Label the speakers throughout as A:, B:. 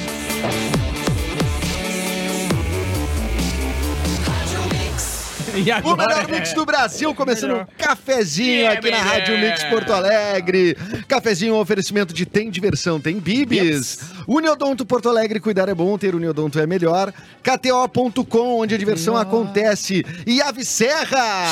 A: E agora
B: O melhor
A: é.
B: mix do Brasil, começando um
A: Melhor.
B: cafezinho
A: Yeah,
B: aqui na
A: baby.
B: Rádio Mix Porto Alegre. Cafezinho, um oferecimento de tem diversão, tem bibis. Uniodonto Porto Alegre, cuidar é bom, ter Uniodonto é melhor. KTO.com, onde a diversão acontece. E Ave Serra!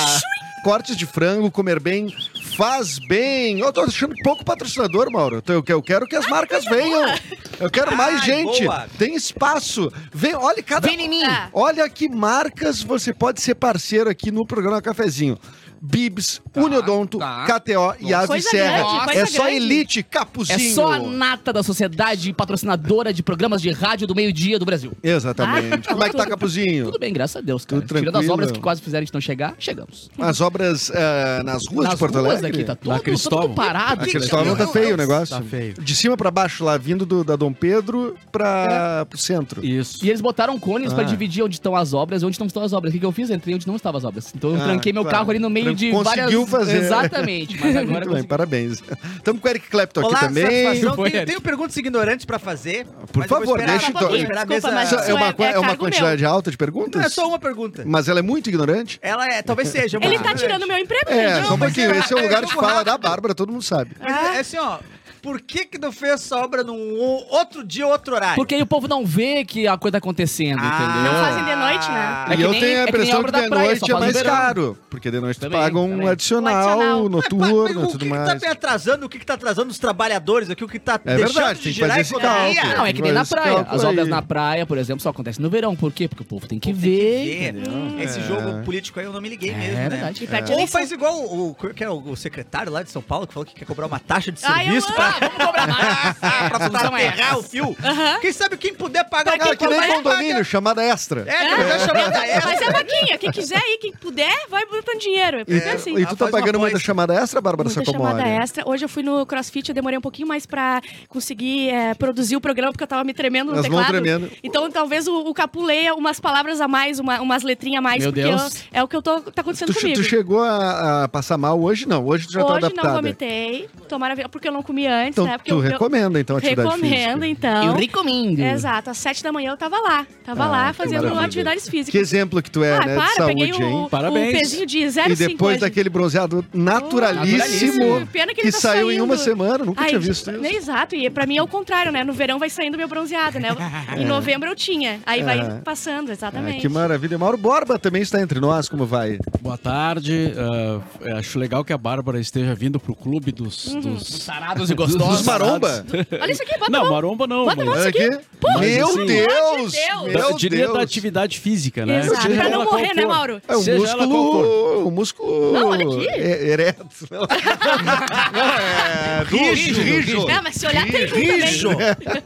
B: Cortes de frango, comer bem, faz bem. Eu tô achando pouco patrocinador, Mauro. Então Eu eu quero que as marcas venham. Eu quero mais
C: Ai,
B: gente.
C: boa.
B: Tem espaço. Vem, olha cada.
A: Vem em mim.
D: Ah.
B: Olha que marcas você pode ser parceiro aqui no programa Cafezinho. Bibs, Uniodonto,
A: tá.
B: KTO e Ave
D: Coisa
B: Serra.
D: grande,
B: é
D: coisa
B: só
D: grande.
B: elite,
A: É
B: capuzinho.
A: só a nata da sociedade patrocinadora de programas de rádio do meio-dia do Brasil.
B: Exatamente.
D: Ah,
B: Como é que tá,
D: tudo.
B: capuzinho?
A: Tudo bem, graças a Deus, cara.
B: Tudo
A: Tirando as
B: tranquilo.
A: obras que quase fizeram a gente não chegar, chegamos.
B: As obras eh, nas ruas
A: Nas
B: de Porto
A: ruas
B: Alegre.
A: aqui tá
E: Na
A: todo,
E: Cristóvão.
A: todo parado.
B: A Cristóvão tá feio o negócio.
E: Tá feio.
B: De cima pra baixo lá, vindo do, da Dom Pedro pra, pro centro.
E: é Isso.
A: E eles botaram cones pra
B: Ah.
A: dividir onde estão as obras e onde não estão as obras. O que, que eu fiz? Entrei onde não estavam as obras. Então eu
B: Ah,
A: tranquei meu
B: claro.
A: carro ali no meio de
B: Conseguiu
A: várias...
B: fazer.
A: Exatamente, mas agora...
B: Muito bem,
A: consegui.
B: parabéns. Estamos com o Eric Clapton
C: Olá,
B: aqui também.
C: satisfação.
A: Foi,
C: Tenho,
A: Eric.
C: tenho perguntas ignorantes pra fazer.
B: Por
C: mas eu vou
B: favor,
C: esperar-
B: deixa eu-
C: eu vou esperar a
D: Desculpa, mas-
C: mesa-
B: Isso É uma,
D: É-
B: qua-
D: é
B: é uma
D: cargo
B: quantidade alta de
C: Não,
B: perguntas?
C: é só uma pergunta.
B: Mas ela é muito ignorante?
C: Ela é, talvez seja. uma
D: Ele tá
C: ignorante.
D: tirando meu emprego,
B: É,
D: gente.
B: só um
C: mas
B: pouquinho.
C: é-
B: Esse é o lugar
C: é
B: de
C: jogo
B: fala
C: rápido.
B: da Bárbara, todo mundo sabe.
C: Mas é- é assim, ó. Por que que não fez essa obra num o- outro dia, outro horário?
A: Porque aí o povo não vê que a coisa tá
B: Ah,
A: acontecendo, entendeu?
D: Não fazem de noite,
C: Ah.
D: né?
A: É
B: e
A: que
B: eu
A: nem-
B: tenho
A: é
B: a
A: que nem
B: impressão que,
A: obra da
B: de
A: praia, só
B: noite é
A: faz no
B: mais
A: verão.
B: caro. Porque de noite tu
A: Também,
B: paga um
A: também.
B: adicional,
D: Um adicional.
C: Mas,
B: noturno
C: mas
B: e
C: o
B: tudo
C: que, que tá
B: mais. É
C: me atrasando? O que, que tá atrasando os trabalhadores aqui? O que tá deixando
B: verdade, tem
C: de
B: que
C: gerar
B: fazer esse
C: economia?
B: cálculo.
A: Não, é que nem na
B: Mas
A: praia.
B: calcula
A: As obras
B: aí.
A: na praia, por exemplo, só acontecem no verão. Por quê? Porque o povo tem que
C: Tem que
A: ver.
C: ver. Esse
B: É.
C: jogo político aí eu não me liguei
A: É
C: mesmo, né?
A: verdade.
D: E perto de
C: Ou
D: eleição.
C: faz igual o, o- que é o, o secretário lá de São Paulo que falou que quer cobrar uma taxa de
D: Ai, eu
C: serviço pra,
A: Ah, vamos cobrar mais.
C: pra, pra
A: Solução é
C: aterrar
A: essa.
C: o fio.
D: Aham.
C: Quem sabe quem puder pagar
B: Ah,
C: quem
B: que nem
C: pagar,
B: condomínio, chamada extra.
C: paga. É, que nem
D: É.
C: a chamada
D: Mas é
C: extra.
D: vaquinha. Quem quiser aí, quem puder, vai botando dinheiro. É
B: E,
D: porque é assim.
B: e tu tá
C: faz uma
B: pagando muita
C: aposta.
B: chamada extra, Bárbara
D: Muita chamada
B: Sacomori?
D: extra. Hoje eu fui no CrossFit, eu demorei um pouquinho mais pra conseguir eh, produzir o programa, porque eu tava me tremendo no
B: As mãos
D: teclado.
B: tremendo.
D: Então talvez o, o Capu leia umas palavras a mais, uma- umas letrinhas a mais,
A: Meu
D: porque
A: Deus.
D: eu- é o que eu tô, tá acontecendo
B: Tu, che-
D: comigo.
B: tu chegou a, a passar mal hoje? Não, hoje tu já tá
D: Hoje não
B: adaptada.
D: vomitei, tomara porque eu não comi antes,
B: então
D: né? Porque
B: tu
D: eu, eu-
B: recomenda, então, a atividade
D: recomendo,
B: física.
D: então.
A: Eu recomendo.
D: Exato, às sete da manhã eu tava lá. Tava
B: Ah,
D: lá
B: que
D: fazendo
B: maravilha.
D: atividades
B: Que
D: físicas.
B: exemplo que tu é,
D: ah,
B: né, de
D: para, peguei
B: saúde,
D: o,
B: hein?
D: o
E: Parabéns.
D: pezinho de 0,5
B: E depois
D: hoje. Oh,
B: daquele bronzeado
A: naturalíssimo.
B: naturalíssimo,
D: Pena
B: que,
D: que ele tá
B: saiu em
D: saindo.
B: uma semana, nunca
D: Ai,
B: tinha visto isso.
D: né, Exato, e pra mim é o contrário, né? No verão vai saindo meu bronzeado, né? Em novembro eu tinha, aí
B: É.
D: vai passando,
B: Ah,
D: exatamente.
B: que maravilha. Mauro Borba também está entre nós, como vai?
E: Boa tarde. ah, acho legal que a Bárbara esteja vindo pro clube dos. dos...
A: Sarados e
B: Dos
A: gostosos.
B: maromba?
D: Olha isso aqui, bota a
E: Não,
D: mão.
E: maromba não.
D: Bota a mão.
E: mas-
D: Nossa,
B: Olha aqui.
D: que-
E: Mas
B: Meu
E: assim-
B: Deus!
D: Pelo amor de
E: da-
B: Meu
E: eu diria
B: Deus!
E: da atividade física, né?
D: Exato,
E: Seja
D: pra
E: ela
D: não
E: qual
D: morrer, né,
E: for.
D: Mauro?
B: É um
E: Seja ela qual for.
B: músculo. Um músculo.
D: Não, olha aqui.
B: e- Ereto. Não, é. Rígido. rígido.
D: Não, mas se olhar tem um
C: Rijo.
B: É,
D: também.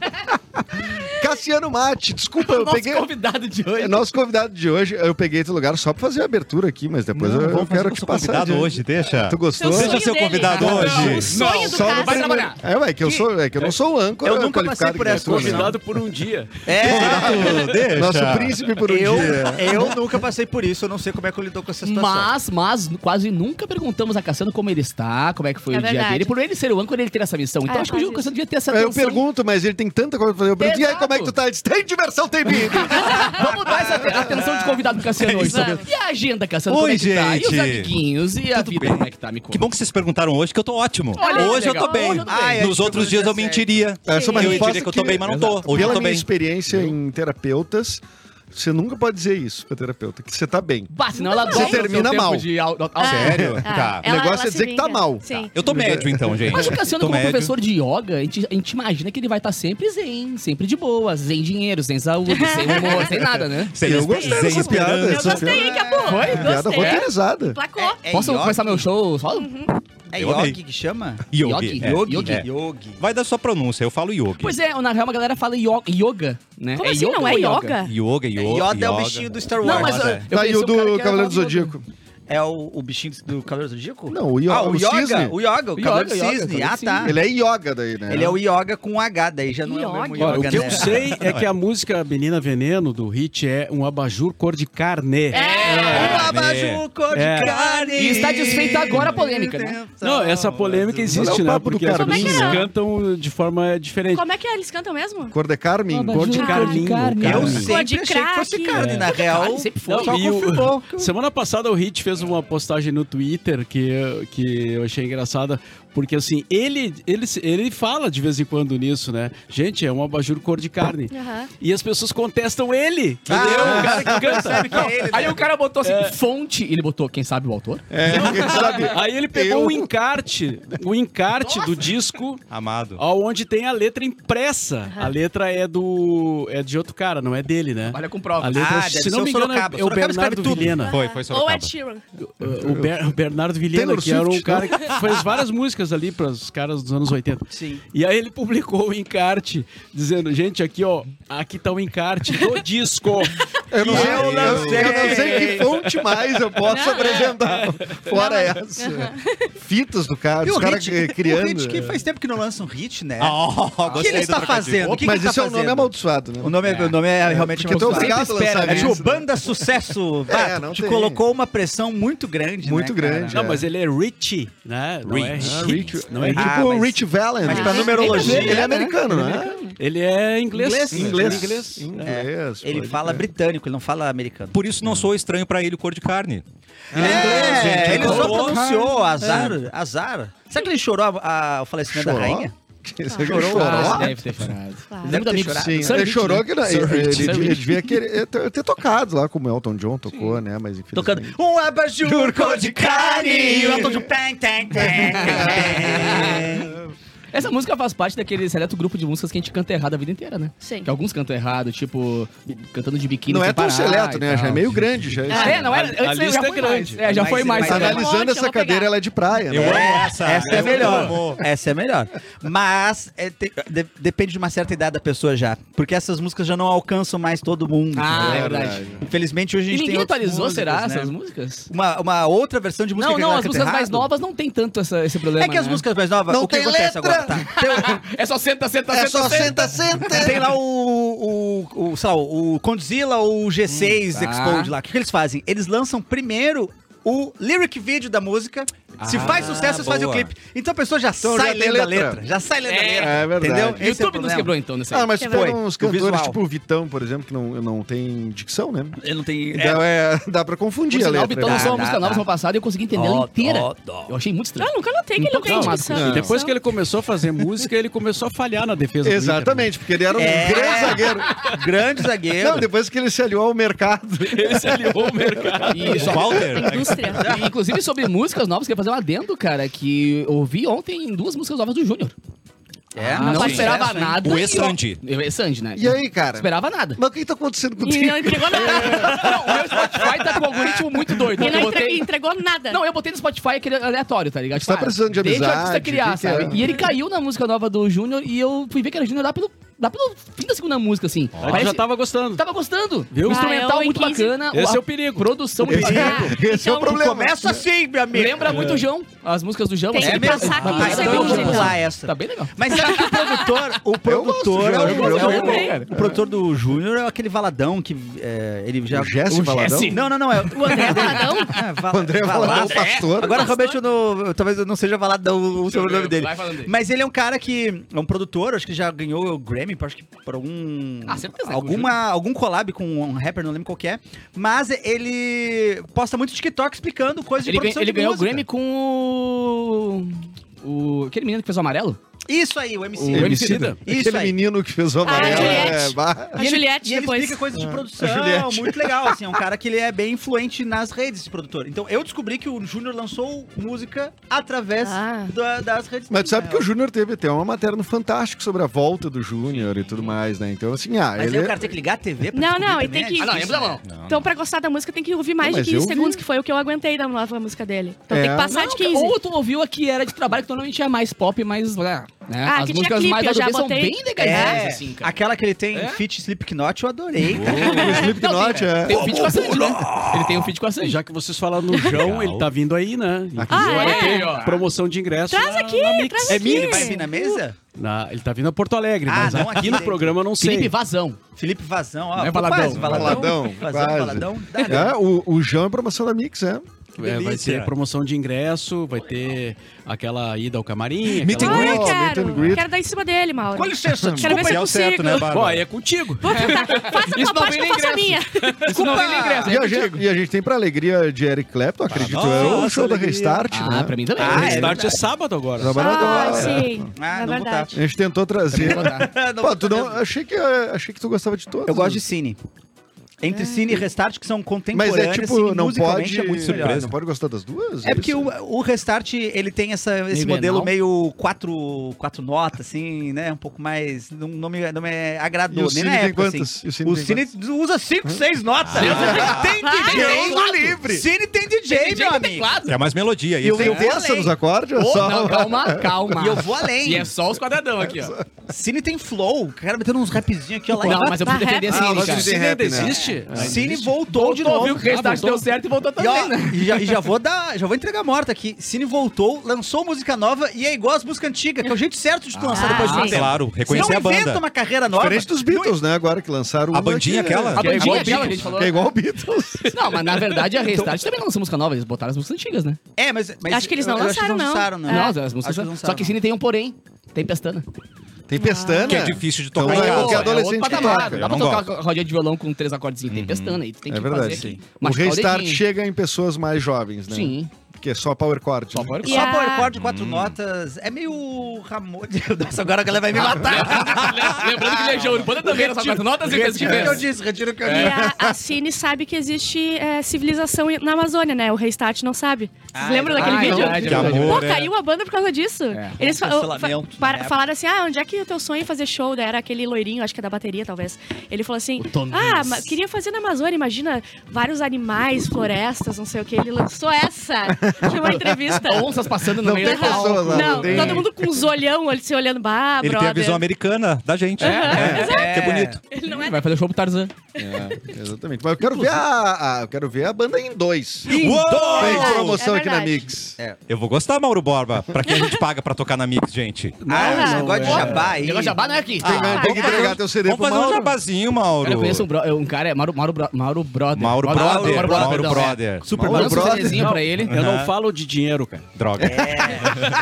B: Cassiano Mate, desculpa, eu
A: Nosso
B: peguei.
A: convidado de
B: É
A: hoje.
B: nosso convidado de hoje. Eu peguei teu lugar só pra fazer a abertura aqui, mas depois eu, eu quero te passar.
F: convidado
B: adiante.
F: hoje, deixa.
B: Tu gostou?
D: Seu
F: Seja
D: sonho
F: seu
D: dele.
F: convidado
D: Não,
F: hoje.
D: O sonho do
B: Só no
D: cara.
A: Vai
B: primeiro-
A: trabalhar.
B: É, vai, que eu sou, é que eu não sou o âncora.
C: Eu nunca
B: qualificado
C: passei por
B: que nem
C: essa,
B: tu, né?
E: Convidado por um dia.
F: Convidado, deixa.
B: Nosso príncipe por um
C: É, Eu,
B: dia.
C: eu nunca passei por isso, eu não sei como é que eu lido com essa situação.
A: Mas, mas, quase nunca perguntamos a Cassiano como ele está, como é que foi
D: É
A: o dia
D: verdade.
A: dele. Por ele ser o âncora, ele ter essa missão. Então
D: É,
A: acho que o
D: faz
A: Cassiano devia ter essa
B: Eu
A: atenção.
B: pergunto, mas ele tem tanta coisa pra fazer. Eu pergunto, e aí,
A: Exato.
B: como é que tu tá? Ele diz, tem diversão, tem vídeo.
A: Vamos dar essa te- atenção de convidado pro Cassiano hoje.
D: Vamos.
A: E a agenda, Cassiano,
F: Oi,
A: como é que tá? E os
F: gente.
A: amiguinhos, e a vida, como é que tá? Me conta.
F: Que bom que vocês perguntaram hoje, que eu tô ótimo.
A: Olha aí,
F: hoje, eu
A: legal.
F: tô bem.
A: Hoje eu tô
C: bem.
F: Nos outros dias eu mentiria.
B: Essa é uma
F: eu
B: resposta
F: diria que eu tô
B: que-
F: bem, mas não tô. Hoje
B: Pela
F: eu tô
B: minha
F: bem.
B: experiência em terapeutas, você nunca pode dizer isso pra terapeuta, que você tá bem.
A: Bah, senão ela
B: Você
A: dobra o seu
B: termina
A: tempo
B: mal.
A: de au- au- au-
F: Sério?
D: Ah,
F: Tá.
B: O negócio
D: se
B: é dizer que tá
D: vinga.
B: mal.
D: Sim.
F: Eu tô médio, então, gente.
A: Mas o Cassiano,
F: tô
A: como
F: médio.
A: professor de yoga, a gente, a gente imagina que ele vai estar sempre zen, sempre de boa, sem dinheiro, sem saúde, sem humor, sem nada, né?
F: Sem,
B: Eu gostei
F: sem
B: dessa piada.
D: Eu
F: esperança.
D: gostei, hein, Capu?
B: Tá.
A: Foi?
B: Piada
D: Gostei.
B: roteirizada.
D: Placou.
C: É
A: Posso
C: yogi?
A: começar meu show só?
C: É
F: Eu amei.
C: Yogi que chama?
F: Yogi.
A: Yogi.
F: é.
A: Yogi.
F: É.
C: Yogi.
F: Vai da sua pronúncia, eu falo yogi.
A: Pois é, na real, a galera fala yo- yoga, né?
D: Como assim, não é
A: ou
D: yoga?
F: Yoga, yoga,
C: Yoda é o bichinho do Star Wars.
A: Não, mas
F: Yoda.
A: eu, eu
B: Daí
A: conheci
B: o
A: um cara que
B: do
A: era
B: Cavaleiro do
A: famoso.
B: Zodíaco.
C: É o, o bichinho do cabelo do Dico?
B: Não, o io-
C: Ah, o,
B: o
C: Yoga.
B: cisne.
C: O Yoga, o,
A: O
C: cabelo
A: yoga,
C: do
A: o yoga,
C: cisne.
A: o
C: ah,
A: cabelo do
C: tá.
A: cisne.
B: Ele é yoga daí, né?
C: Ele é o Yoga com H, daí já não é o mesmo
D: Yoga.
E: Olha,
C: Yoga,
E: o que
C: né?
E: eu sei é que a música Menina Veneno do Hit é um abajur cor de carne.
C: É, um
F: né?
C: abajur cor de
E: É.
C: carne.
A: E está desfeita agora a polêmica, né?
E: Não, essa polêmica
B: Olha
E: existe,
B: o
E: né?
B: papo do
E: Porque as
B: Carminho,
E: pessoas
D: né?
E: cantam de forma diferente.
D: Como é que é? Eles cantam mesmo?
B: Cor de Carmin.
E: Cor de
D: Abajur,
E: carminho.
A: cor de carne.
C: Eu
E: carne.
C: sempre
D: de
C: achei que fosse
D: craque.
C: carne,
E: É.
C: na real.
A: Carne, sempre foi.
E: Não,
C: Só
E: e o-
C: confirmou. que eu-
E: Semana passada o Hit fez uma postagem no Twitter que, eu- que eu achei engraçada, porque assim, ele, ele, ele fala de vez em quando nisso, né? Gente, é um abajur cor de carne.
D: Aham.
E: E as pessoas contestam ele, que
C: Ah,
E: é o cara que canta.
C: que é ele,
A: Aí
C: né?
A: o cara botou assim, fonte, ele botou, quem sabe, o autor?
B: É, quem sabe?
E: Aí ele pegou
B: Eu.
E: um encarte, o encarte do disco
F: Amado.
E: onde tem a letra impressa. A letra é do é de outro cara, não é dele, né?
A: Olha com
E: A
A: prova.
E: letra,
C: Ah, deve
E: se
C: ser
E: não
C: o
E: me engano, é- é
C: Sorocaba.
E: o
C: Sorocaba escreve
E: Bernardo
C: tudo.
E: Vilhena.
F: Foi, foi
D: Ou
F: Sorocaba.
D: Ed Sheeran.
E: Uh, O, Ber- o Bernardo Vilhena,
B: É, Taylor
E: que era um
B: Swift,
E: cara que fez várias músicas ali para os caras dos anos 80.
C: Sim.
E: E aí ele publicou o encarte dizendo, gente, aqui ó, aqui tá o encarte do disco.
B: Eu não, sei, eu,
C: Eu não é.
B: não sei.
C: sei.
B: que fonte mais eu posso
D: Não, é.
B: apresentar. Fora essa. Fitas do cara,
C: E
B: os
C: o
B: caras
C: hit,
B: eh,
C: o
B: criando.
C: hit que faz tempo que não lança um hit, né?
F: Oh,
C: o que ele está fazendo? O que
B: Mas
C: que ele
B: isso é
C: tá
B: um nome
C: fazendo?
B: amaldiçoado, né?
C: O nome é, o nome é realmente
B: Porque
C: amaldiçoado.
B: todo
A: Sempre
B: gato
A: espera,
B: lançava
C: É
A: né?
B: isso,
C: tipo, banda sucesso. Bah,
B: não
C: te
B: tem.
C: colocou uma pressão muito grande,
B: Muito
C: né, cara?
B: grande,
E: Não, mas ele é Richie, né? Não é
F: Rich.
B: Ah,
E: Hit,
B: Rich-
E: não é
B: é
E: Hit.
B: tipo
C: mas-
B: o Rich Valens.
C: Mas pra
B: né?
C: numerologia,
B: Ele é
C: né?
B: americano, né?
E: Ele é inglês.
C: Inglês,
E: né? Inglês.
B: Inglês. Inglês,
C: Ele
B: pode
C: fala
B: crer.
C: britânico, ele não fala americano.
F: Por isso não sou estranho pra ele cor de carne.
C: É, ele só
F: Colocou.
C: pronunciou azar, azar. Será que ele chorou a- a- o falecimento né, da
B: Chorou?
C: rainha?
B: Chorou?
A: Cara, deve ter chorado.
D: Claro.
A: Lembra do
C: Deve
A: amigo?
C: ter chorado.
B: Sim,
A: Sir
B: ele
A: Rich,
B: chorou
A: né?
B: que não-
A: Sir
B: ele,
A: Rich,
B: ele-
A: Sir
B: ele
A: Rich.
B: devia querer ter, ter tocado lá como o Elton John tocou, né? Mas enfim.
C: Tocando um abajur cor de carne e o Elton John, tan, tan, tan, tan.
A: Essa música faz parte daquele seleto grupo de músicas que a gente canta errado a vida inteira, né?
D: Sim.
A: Que alguns cantam errado, tipo, cantando de biquíni.
B: Não é
A: sem
B: tão
A: parar
B: seleto,
A: e
B: né? Já é
A: tal.
B: meio grande. Já,
A: Ah, é, não
E: A-
A: era.
E: a
A: Antes
E: lista
A: já
E: é
A: foi
E: grande.
A: Mais. É, já
C: Mas-
A: foi mais.
C: mas
A: né?
C: analisa-
B: Tá Analisando
D: Ótimo,
B: essa
D: vou
B: cadeira,
D: pegar.
B: ela é de praia,
F: Eu
B: né?
F: amo essa.
C: Essa é
F: Eu
C: melhor.
F: amo.
C: Essa é melhor. Mas é, te- de- depende de uma certa idade da pessoa já. Porque essas músicas já não alcançam mais todo mundo.
A: Ah,
C: entendeu?
A: é verdade.
C: Infelizmente
A: E
C: hoje a gente
A: ninguém
C: tem outras
A: atualizou,
C: músicas,
A: será,
C: né?
A: essas músicas?
C: Uma, uma outra versão de música
A: Não,
C: que a
B: tá
A: não,
C: galera
A: as
C: canta
A: músicas mais
C: errado.
A: novas não tem tanto essa- esse problema.
C: É que as
A: né?
C: músicas mais novas,
B: Não
C: o que
B: tem
C: acontece
B: letra.
C: agora? Tá. Tem-
A: É só senta, senta,
B: É
A: senta.
B: só senta, senta.
C: Tem lá o, o, o, sei lá, o Condzilla ou o G6
A: Hum, tá.
C: Explode lá. O que, que eles fazem? Eles lançam primeiro o lyric video da música. Se
F: Ah,
C: faz sucesso, eles fazem o
F: boa.
C: clipe. Então a pessoa já
B: Então já
C: sai
B: tem
C: lendo a
B: letra.
C: letra. Já sai lendo a
A: É.
C: letra.
B: É verdade.
C: Entendeu?
A: O YouTube nos quebrou então nessa
B: Ah, mas
D: É
B: foi
C: verdade.
B: uns
C: O
B: cantores
C: visual.
B: tipo o Vitão, por exemplo, que não, não tem dicção, né?
C: Ele não tem.
B: Então é, dá pra
A: Por
B: confundir a
A: sinal,
B: letra. né?
A: o Vitão lançou uma
C: Dá,
A: música
C: dá,
A: nova
C: dá.
A: semana passada e eu consegui entender ela
C: Ó,
A: inteira.
C: ó, ó.
A: Eu achei muito estranho.
D: Eu Ah, nunca notei que ele não tem
A: Então,
D: discussão.
A: não.
E: Depois que
D: Discussão.
E: ele começou a fazer música, ele começou a falhar na defesa do Inter, né?
B: Exatamente, porque ele era um
C: É.
B: grande zagueiro.
C: Grande zagueiro.
B: Não, depois que ele se aliou ao mercado.
E: Ele se aliou ao mercado.
A: E só-
F: Walter.
D: Indústria.
A: E, Inclusive sobre músicas novas, queria fazer um adendo, cara, que eu ouvi ontem duas músicas novas do Júnior.
B: Ah,
C: É,
A: não
C: sim.
A: esperava
C: Sucesso, hein?
A: nada.
F: O
A: e-
F: ex-Sandy.
A: O ex-Sandy, né?
B: E aí,
A: Não
B: cara?
A: esperava nada.
B: Mas o que tá acontecendo
D: E
B: contigo?
D: não entregou nada.
A: Não, o meu Spotify tá com um algoritmo muito doido.
D: E
A: É. Eu
D: não entre-
A: botei-
D: entregou nada.
A: Não, eu botei no Spotify aquele aleatório, tá ligado?
B: Você tá precisando de
A: Deixa o artista
B: amizade,
A: criar,
B: o que que
A: sabe?
B: é?
A: E ele caiu na música nova do Júnior e eu fui ver que era Júnior lá pelo, lá pelo fim da segunda música, assim.
E: Ele já tava gostando.
A: Tava gostando.
E: Viu?
A: O instrumental
D: Ah, é o
A: muito
D: 15.
A: bacana.
E: Esse
A: a
E: é o É. perigo.
A: Produção de
D: perigo.
B: Esse é o
D: Então,
B: problema.
C: Começa assim, meu amigo.
A: Lembra muito o João. As músicas do João.
D: Tem
A: assim,
D: que
A: bem-
D: passar aqui,
A: tá
C: isso é
A: bem
C: bem
A: legal.
C: popular, essa.
A: Tá bem legal.
C: Mas será que o produtor, o produtor
B: gosto
C: é
B: do Júnior,
A: eu
C: o,
A: gosto
C: é o-
A: dele, cara.
C: o produtor do Júnior é aquele Valadão que é, ele já
B: O Jesse Valadão?
C: Não, não, não, é o André Valadão. É, Val-
B: O André Valadão,
C: Valadão.
B: pastor.
C: é. Agora realmente eu não, eu- talvez eu não seja Valadão o sobrenome
A: ver,
C: dele.
A: vai falando aí.
C: Mas ele é um cara que é um produtor, acho que já ganhou o Grammy, acho que por algum
A: Ah, certeza, né,
C: alguma algum collab com um rapper, não lembro qual que é, mas ele posta muito TikTok explicando coisas de
A: Ele, ganha-
C: produção
A: ele
C: de
A: ganhou o
C: música.
A: Grammy com o... o... Aquele menino que fez o amarelo.
C: Isso aí, o MC.
A: O Emicida.
C: Isso
B: Aquele
C: aí.
B: menino que fez o amarelo.
D: Juliette.
B: é, bah.
D: A Juliette
C: E ele
D: depois.
C: explica coisas de produção,
B: É. A Juliette.
C: muito legal, assim, é um cara que ele é bem influente nas redes, esse produtor. Então, eu descobri que o Júnior lançou música através
D: Ah.
C: da- das redes.
B: Mas tu sabe que o
C: Júnior...
B: Júnior teve até uma matéria no Fantástico sobre a volta do Júnior e tudo mais, né? Então, assim, ah,
C: Mas
B: ele.
C: aí o cara tem que ligar a TV pra
D: Não,
C: descobrir
D: não, e
C: também,
D: tem
C: é
D: que-
A: Ah, não,
C: difícil,
A: lembra da mão.
C: né?
D: Então, pra gostar da música, tem que ouvir mais
B: Não, mas
D: de
B: eu
D: 15
B: vi.
D: segundos, que foi o que eu aguentei da nova música dele. Então
B: É.
D: tem que passar
A: Não,
D: de 15.
A: Ou tu ouviu a que era de trabalho que normalmente é mais pop, mas... ah, né? As
D: Ah, que tinha
A: músicas
D: clipe,
A: mais
D: eu já
A: AWB são
D: botei.
A: bem legaisinhas,
C: É,
A: assim, cara.
C: aquela que ele tem
E: É?
C: feat Slipknot, eu
B: É
C: adorei. cara.
B: O Slipknot é.
A: né? Tem um feat com a Sandy, né? Ele tem um feat com a Sandy.
E: Já que vocês falaram no João, ele tá vindo aí, né?
D: Ah,
E: vai
D: é?
E: ter Promoção de ingresso.
D: Traz
E: na-
D: aqui,
E: na Mix.
D: traz
C: É
D: aqui.
C: minha, ele vai vir na mesa?
E: Na- ele tá vindo a Porto Alegre,
C: Ah,
E: mas
C: não
E: aqui
C: aqui
E: no
C: dentro.
E: programa eu não sei.
A: Felipe Vazão.
C: Felipe Vazão, ó.
A: Não é
C: pô,
A: Baladão,
C: quase,
B: Baladão,
C: Vazão,
B: quase.
C: Baladão. dá, né?
B: É, o, o Jean é promoção da Mix, é.
E: É, vai
C: delícia.
E: ter promoção de ingresso, vai ter aquela ida ao camarim.
B: Meet and
E: aquela-
D: Ah,
B: greet,
D: eu
B: meet and greet.
D: quero. Quero dar em cima dele, Mauro.
F: Com licença,
D: Quero ver
F: desculpa
D: se
F: aí,
D: eu
F: é o certo,
D: consigo.
F: né,
E: Ó,
F: Bárbara?
E: é contigo.
D: Vou tentar. Faça a
A: Isso não
D: tua parte que
A: vem
D: eu faço a
A: nem
D: minha.
A: Isso não vem ingresso.
B: E a, gente, e a gente tem pra alegria de Eric Clapton, acredito eu,
E: nossa,
B: o show da
E: alegria.
B: Restart,
A: Ah,
B: né?
A: pra mim também.
C: Ah,
E: o
A: Né?
C: é
E: restart é,
C: verdade.
E: sábado agora.
B: Trabalhar
D: Ah,
B: agora.
D: sim.
C: Ah,
D: é
C: não vou
D: verdade.
B: A gente tentou trazer.
C: Não
B: Pô,
C: vou
B: tu não,
C: saber.
B: achei, que, eh, achei que tu gostava de todos. né?
C: Eu gosto de cine. Entre
A: É.
C: cine e Restart, que são
B: Mas
C: contemporâneos,
B: é tipo,
C: assim,
B: não
C: musicalmente
B: pode.
C: é muito
F: surpresa.
C: melhor.
B: Não pode gostar das duas?
C: É porque
B: Isso.
C: o, o Restart, ele tem essa, esse
A: Meio
C: modelo
A: Bienal.
C: meio quatro, quatro notas, assim, né? Um pouco mais... Não, não me, não me
B: E
C: agradou,
B: o
C: nem
B: Cine
C: na
B: tem
C: época,
B: quantas? é E
C: assim.
B: o Cine
C: o
B: tem
C: Cine usa cinco, seis notas. né? tem um
A: Tem
C: DJ.
A: teclado.
C: Cine tem
A: Tem
C: DJ, meu
A: DJ com
C: amigo.
A: teclado.
F: É mais melodia.
C: E
F: isso.
C: o
B: Tem
C: eu vou
B: terça
C: além.
B: nos acordes? é
C: Oh,
B: só...
A: Não, calma, calma.
C: E eu vou além.
A: E é só os quadradão aqui, ó.
C: Cine tem flow. O cara metendo uns rapzinhos aqui, ó. Lá
A: Não, mas eu preciso defender
B: Ah,
A: assim,
B: mas
A: cara.
B: isso
E: Cine ainda
B: rap, né?
E: existe? Ainda
C: Cine
E: existe?
C: voltou de novo.
A: viu que o restart
E: Ah, voltou.
A: deu certo e voltou
C: E, ó,
A: também, né?
C: e já, e já vou dar, já vou entregar morta aqui. Cine voltou, lançou música nova e é igual as músicas antigas, que é o jeito certo de tu lançar depois de
F: Ah,
C: um tempo.
F: claro, reconhecer
C: não
F: a banda.
C: inventa uma carreira nova.
B: Diferente dos Beatles, né? Agora que lançaram
F: A
B: uma
F: bandinha
B: que-
F: aquela?
A: A
F: que é
A: bandinha
F: igual
A: é aquela que a gente falou.
B: Que é igual o Beatles.
A: Não, mas na verdade a Restart também não lançou música nova, eles botaram as músicas antigas, né?
C: É, mas, mas
D: Acho que eles
C: eu-
D: não
C: eu acho que
D: lançaram, não.
C: né?
A: Não,
B: É.
C: Acho
A: É. as músicas.
C: que eles
A: só que Cine tem um porém. Tem pestana.
B: Tem pestana.
F: Que é difícil de
B: Então,
F: tocar.
B: é
F: em casa.
B: o que
A: outro
B: adolescente que
A: patamar.
B: toca.
A: Dá
F: Eu
A: pra
F: não
A: tocar com a rodinha de violão com três acordes tem pestana, aí tu tem
B: É
A: que
B: verdade.
A: fazer aqui.
B: O
A: Machucar
B: restart
A: dedinho.
B: chega em pessoas mais jovens, né?
A: Sim.
B: Porque é só power chord.
A: Só
B: né?
A: pode
C: Só
D: E a-
C: power chord, quatro notas. É meio Ramones. Nossa, agora a galera vai me
A: Ah,
C: matar.
A: Lembrando que é Legião Urbana também era só quatro notas e vezes
C: Retiro o que eu
A: tiveram.
C: disse, retiro o que eu
D: E
A: É.
C: disse.
D: a, a Cine sabe que existe é, civilização na Amazônia, né? O Restart não sabe. Vocês
C: Ah,
D: lembram
C: é
D: daquele
C: verdade.
D: vídeo?
A: Ah, é verdade,
F: Que
A: é verdade.
F: amor.
D: Pô,
F: né?
D: caiu a banda por causa disso.
A: É.
D: Eles fa-
C: Cancelamento,
D: fa- para-
C: né?
D: falaram assim: ah, onde é que o teu sonho é fazer show? Daí Era aquele loirinho, acho que é da bateria, talvez. Ele falou assim:
A: O Tom
D: ah,
A: Hanks.
D: ma- queria fazer na Amazônia, imagina vários animais, florestas, não sei o que. Ele lançou essa de uma entrevista.
A: Tá Onças passando no
B: Não
A: meio
B: tem
A: do palco.
B: pessoas lá,
D: Não,
B: tem-
D: todo mundo com os olhão, olh- se olhando, bah,
F: Ele tem a
D: brother.
F: visão americana da gente. É, que é bonito.
D: Ele não é
A: Vai fazer show pro Tarzan.
B: É, exatamente. Mas eu quero ver a, a- eu quero ver a banda em dois.
F: Uou!
B: Tem
D: verdade,
B: promoção
D: é
B: aqui na
D: verdade.
B: Mix.
F: Eu vou gostar, Mauro Borba. Pra quem a gente paga pra tocar na Mix, gente?
C: Ah,
D: Ah,
C: esse negócio de
A: é.
C: jabá aí.
A: Negócio de jabá não é aqui.
B: Tem,
A: Ah,
B: tem que entregar teu CD
F: Vamos
B: pro
F: fazer um
B: Mauro.
F: jabazinho, Mauro.
A: Cara, eu conheço um, bro- um cara, é Mauro, Mauro, Bro- Mauro Brother.
F: Ah, Mauro Brother.
A: Mauro Brother.
F: Mauro
A: perdão,
F: Brother.
A: É. Super
B: Mauro
A: Mauro
B: Brother.
A: Brother. pra ele.
E: Eu não falo de dinheiro, cara.
F: Droga.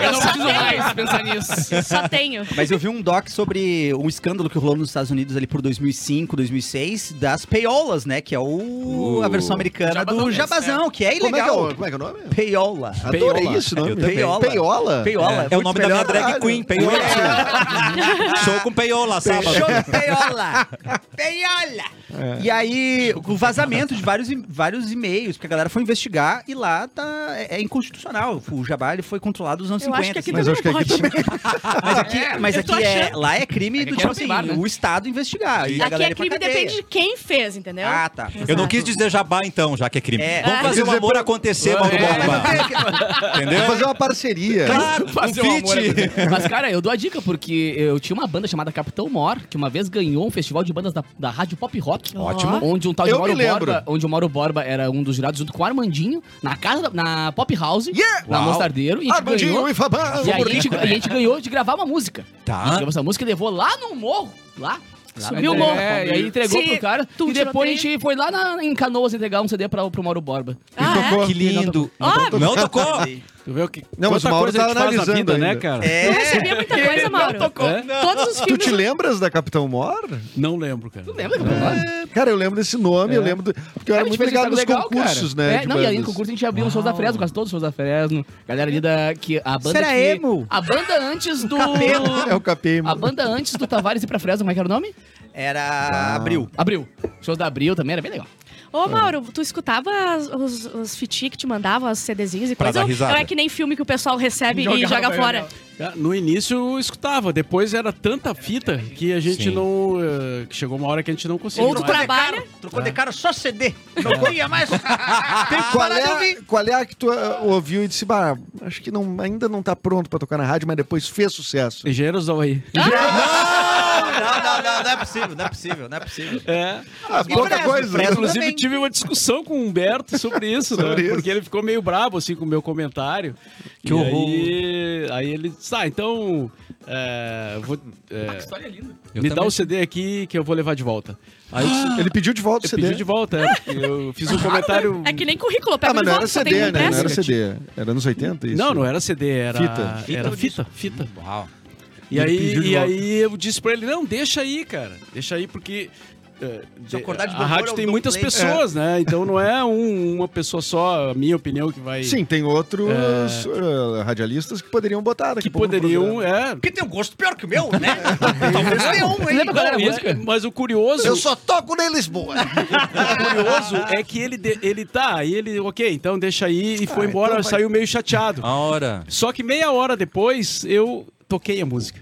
A: Eu não preciso mais pensar nisso.
D: Eu Só tenho.
C: Mas eu vi um doc sobre um escândalo que rolou nos Estados Unidos ali por 2005, 2006, das payolas, né? Que é o, a versão americana
A: Jabazão,
C: do
A: é.
C: jabazão, que é
B: Como é, que é
C: ilegal.
B: o, como é que é o nome?
C: Payola. É,
B: Adorei
E: Peiola.
B: isso, nome.
F: Eu também.
B: Peiola. Peiola?
C: Payola.
F: É o nome da minha drag queen, Peiola. Show com Peiola, sábado.
C: Show de payola! Payola! E aí, o vazamento de vários, e- vários e-mails, porque a galera foi investigar e lá tá, é, é inconstitucional. O Jabá ele foi controlado nos anos
D: Eu
C: 50.
D: acho que aqui
C: assim.
B: mas
D: também
B: acho que
D: não
B: aqui
D: pode.
C: Mas aqui, mas
D: eu tô
C: aqui é,
D: achando.
C: lá é crime
A: É que
C: do
A: aqui
C: tipo
A: é
C: assim,
A: privar, né?
C: o Estado investigar. E a
D: Aqui
C: galera
D: é
C: ir pra
D: crime,
C: cadeia.
D: depende de quem fez, entendeu?
C: Ah, tá.
F: Eu não
D: Exato.
F: quis dizer jabá, então, já que é crime.
C: É.
F: Vamos
D: Ah.
F: fazer
B: Quer
F: o
B: dizer,
F: amor acontecer, Mauro
A: É.
F: Borba.
B: Vou
F: Entendeu?
B: fazer uma parceria. Ah,
F: Claro,
A: Fazer
F: um
A: um amor
F: feat.
A: aqui. Mas, cara, eu dou a dica, porque eu tinha uma banda chamada Capitão Mor, que uma vez ganhou um festival de bandas da, da rádio pop rock.
D: Ótimo.
A: Onde um tal de
B: Eu
A: Mauro
B: me lembro.
A: Borba, onde o Mauro Borba era um dos jurados junto com o Armandinho, na casa, da- na Pop House,
B: Yeah!
A: na
F: Uau.
A: Mostardeiro, e a gente ganhou.
B: Armandinho e Fabão.
A: E aí a gente, a gente ganhou de gravar uma música.
F: Tá.
A: A gente gravou essa música e levou lá no morro, lá. lá
D: Subiu
A: no-
D: o morro.
A: É, e aí entregou
D: Se
A: pro cara.
D: tu
A: E depois a
D: tiroteio.
A: gente foi lá na- em Canoas entregar um CD pra, pro Mauro Borba.
D: Ah, é?
F: Que lindo.
D: Ah,
F: Não tocou?
E: Tu vê o que.
B: Não, mas
E: quanta
B: o Mauro
E: coisa a
B: tá
E: gente faz na
B: analisando
E: vida, né,
B: ainda.
E: cara?
C: É.
D: Eu recebia muita coisa, Mauro.
E: É?
D: Todos os
B: Tu
D: filmes.
B: te lembras da Capitão Mor?
E: Não lembro, cara.
A: Tu lembra, Capitão Borba?
B: Cara, eu lembro desse nome, eu lembro. Do... Porque eu era
A: É.
B: muito
A: Cara, a gente fez
B: ligado
A: um
B: nos
A: espetáculo legal,
B: concursos,
A: cara.
B: né?
A: É,
B: de
A: não, e aí no
B: bandas.
A: concurso a gente abriu os shows da Fresno, quase todos os shows da Fresno. Galera ali da. Que, a banda
C: Será
A: que-
C: emo?
A: A banda antes do.
B: É o KPM.
A: A banda antes do Tavares ir pra Fresno, como é que era o nome?
C: Era abril.
D: Ah.
A: Abril. Shows da Abril também era bem legal.
D: Ô, Mauro, tu escutava as- os, os fiti que te mandavam, as CDzinhas e
F: Pra
D: coisa?
F: dar
D: ou-
F: risada.
D: Ou é que nem filme que o pessoal recebe e
A: Jogava,
D: joga fora?
E: Ah, No início eu escutava, depois era tanta fita que a gente
F: Sim.
E: não. eh, chegou uma hora que a gente não conseguia.
D: Ou tu
E: mais.
D: trabalha.
C: Trocou de cara só CD. Não queria mais. Tem que
B: Qual
C: parar de
B: é,
C: ouvir.
B: a, qual é a que tu ah, ouviu e disse, bah, acho que não, ainda não tá pronto pra tocar na rádio, mas depois fez sucesso.
E: Engenheiros do Havaí.
F: Não, não, não, não é possível, não é possível, não é possível.
E: É.
B: Ah,
C: pouca coisa, né?
E: Inclusive,
C: também.
E: tive uma discussão com o Humberto sobre isso, né?
B: Sobre isso.
E: Porque ele ficou meio brabo, assim, com o meu comentário.
F: Que
E: e
F: horror.
E: Aí, aí ele disse, ah, então... é, vou, é,
A: História linda.
F: Eu
E: me dá
F: também.
E: o CD aqui que eu vou levar de volta. Aí eu disse,
B: Ele pediu de volta o
E: eu
B: CD.
E: pedi de volta, é, porque eu fiz um comentário...
D: É que nem currículo,
C: Tá
B: Ah,
D: pega
B: mas
D: de
B: não
D: volta,
B: era
D: só tem
B: CD,
D: um
B: né? Não
D: impresso.
B: era CD. Era anos 80 isso?
E: Não, não era CD, era
B: Fita.
E: fita, era fita, fita.
F: Uau.
E: E,
B: Ele
E: aí,
B: pediu de
E: e
B: volta.
E: aí eu disse pra ele, não, deixa aí, cara. Deixa aí, porque... eh, de-
C: acordar de bom
E: a
C: humor,
E: rádio
C: eu
E: tem
C: dou
E: muitas
C: play.
E: pessoas, né? Então não é um- uma pessoa só, a minha opinião, que vai...
B: Sim, tem outros ah, radialistas que poderiam botar aqui.
E: que poderiam... É,
C: Porque tem um gosto pior que o meu, né? Talvez nenhum, hein?
A: Lembra qual era a
E: Não, é,
A: música?
E: mas- Mas o curioso,
B: Eu só toco na Lisboa.
E: o curioso é que ele, de- ele tá, aí ele, ok, então deixa aí e
C: Ah,
E: foi embora,
B: então vai.
E: saiu meio chateado.
F: A hora.
E: Só que meia hora depois eu toquei a música.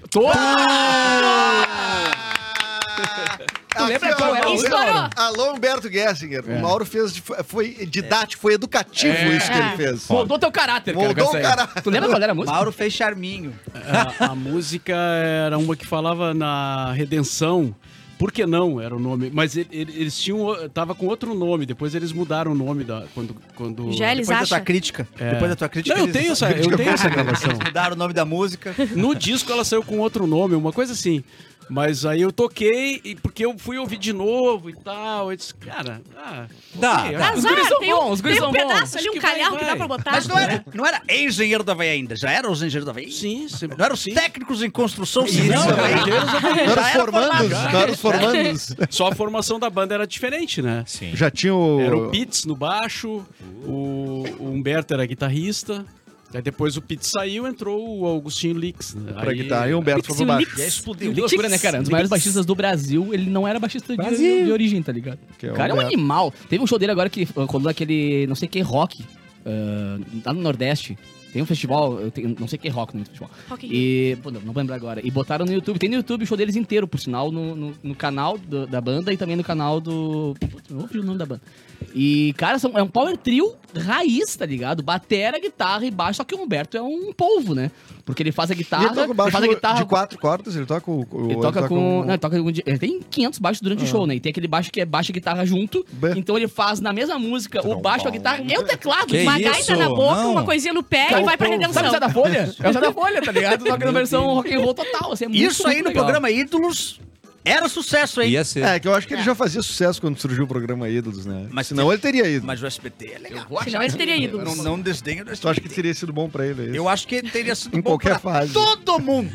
B: Tu lembra
D: qual
C: é
D: era? Estourou.
B: Alô, Humberto Gessinger. O Mauro fez, de- foi didático, foi educativo
C: É.
B: isso que ele fez.
A: Moldou teu caráter, cara.
B: Moldou
A: com essa
B: o
A: aí.
B: caráter.
A: Tu lembra qual era a música?
C: Mauro fez charminho.
E: A, a música era uma que falava na redenção. Por que não era o nome? Mas ele- ele- eles tinham. o- Tava com outro nome, depois eles mudaram o nome da, quando. quando...
D: Já eles
C: Depois da
D: acham.
C: tua crítica.
E: É.
C: Depois da tua crítica.
E: Não, eu
C: eles-
E: tenho essa, eu tenho essa gravação.
C: Eles mudaram o nome da música.
E: No disco ela saiu com outro nome, uma coisa assim. Mas aí eu toquei, e porque eu fui ouvir de novo e tal. Eu disse, cara, ah,
F: Dá,
E: ok,
F: dá.
E: ah,
A: Os guris são
D: tem um-
A: bons, os guris
D: tem um
A: são bons.
D: pedaço ali,
E: Acho
D: um
E: que vai,
D: calhau que dá
E: vai.
D: pra botar.
C: Mas não é era, não era engenheiro da Havaí ainda. Já eram os engenheiros da Havaí?
E: Sim, sempre.
C: Não eram os
E: sim.
C: técnicos em construção
E: Isso,
C: civil da Havaí?
E: engenheiros da Havaí.
B: Não
C: Já
B: eram
C: era
B: formandos,
C: formado.
B: não eram os formandos.
E: Só a formação da banda era diferente, né?
F: Sim.
B: Já tinha o...
E: Era o Pitts no baixo, o, o Humberto era guitarrista. Aí depois o Pitts saiu, entrou o Augustinho Lix. Né?
B: Pra
E: Aí-
B: guitarra e o Humberto foi pro baixo.
A: Lix.
C: explodiu.
A: Que loucura, né, cara? Um dos maiores baixistas do Brasil, ele não era baixista de,
E: Brasil.
A: de origem, tá ligado?
B: Que é
A: o
B: o
A: cara é um
B: Humberto.
A: animal. Teve um show dele agora que uh, colou aquele, não sei que, rock, uh, lá no Nordeste. Tem um festival, eu tenho- não sei que rock no festival.
D: Rock in Rio.
A: E, pô, não, não vou lembrar agora. E botaram no YouTube, tem no YouTube o show deles inteiro, por sinal, no, no- no canal do- da banda e também no canal do. Putz, não ouvi o nome da banda. E, cara, são- é um power trio raiz, tá ligado? Batera, guitarra e baixo, só que o Humberto é um polvo, né? Porque ele faz a guitarra,
B: E ele toca o
A: ele
B: baixo
A: faz a guitarra
B: de quatro cordas, ele toca o... o-
A: ele toca com.
B: um-
A: não, ele, toca com- ele tem 500 baixos durante o show, né? E tem aquele baixo que é baixo e guitarra junto.
B: Bê.
A: Então ele faz na mesma música o baixo, a guitarra e o teclado.
F: Que
D: uma
F: isso?
D: gaita na boca,
F: Não.
D: uma coisinha no pé e vai pra redenção.
A: Sabe o Zé da Folha? É o Zé da Folha, tá ligado? Só que na versão rock and roll total. Assim, é muito,
C: Isso aí
A: muito
C: no
A: legal.
C: programa Ídolos era sucesso, hein?
F: Ia ser.
B: É, que eu acho que ele já fazia sucesso quando surgiu o programa Ídolos, né?
C: Mas
B: Senão ele teria ido.
C: Mas o SBT é legal.
D: Senão ele teria ido.
C: Não, não desdenho do SBT.
B: Tu acha Então, que teria sido bom pra ele? é isso?
C: Eu acho que teria sido
B: Em
C: bom
B: qualquer
C: pra
B: fase.
C: todo mundo.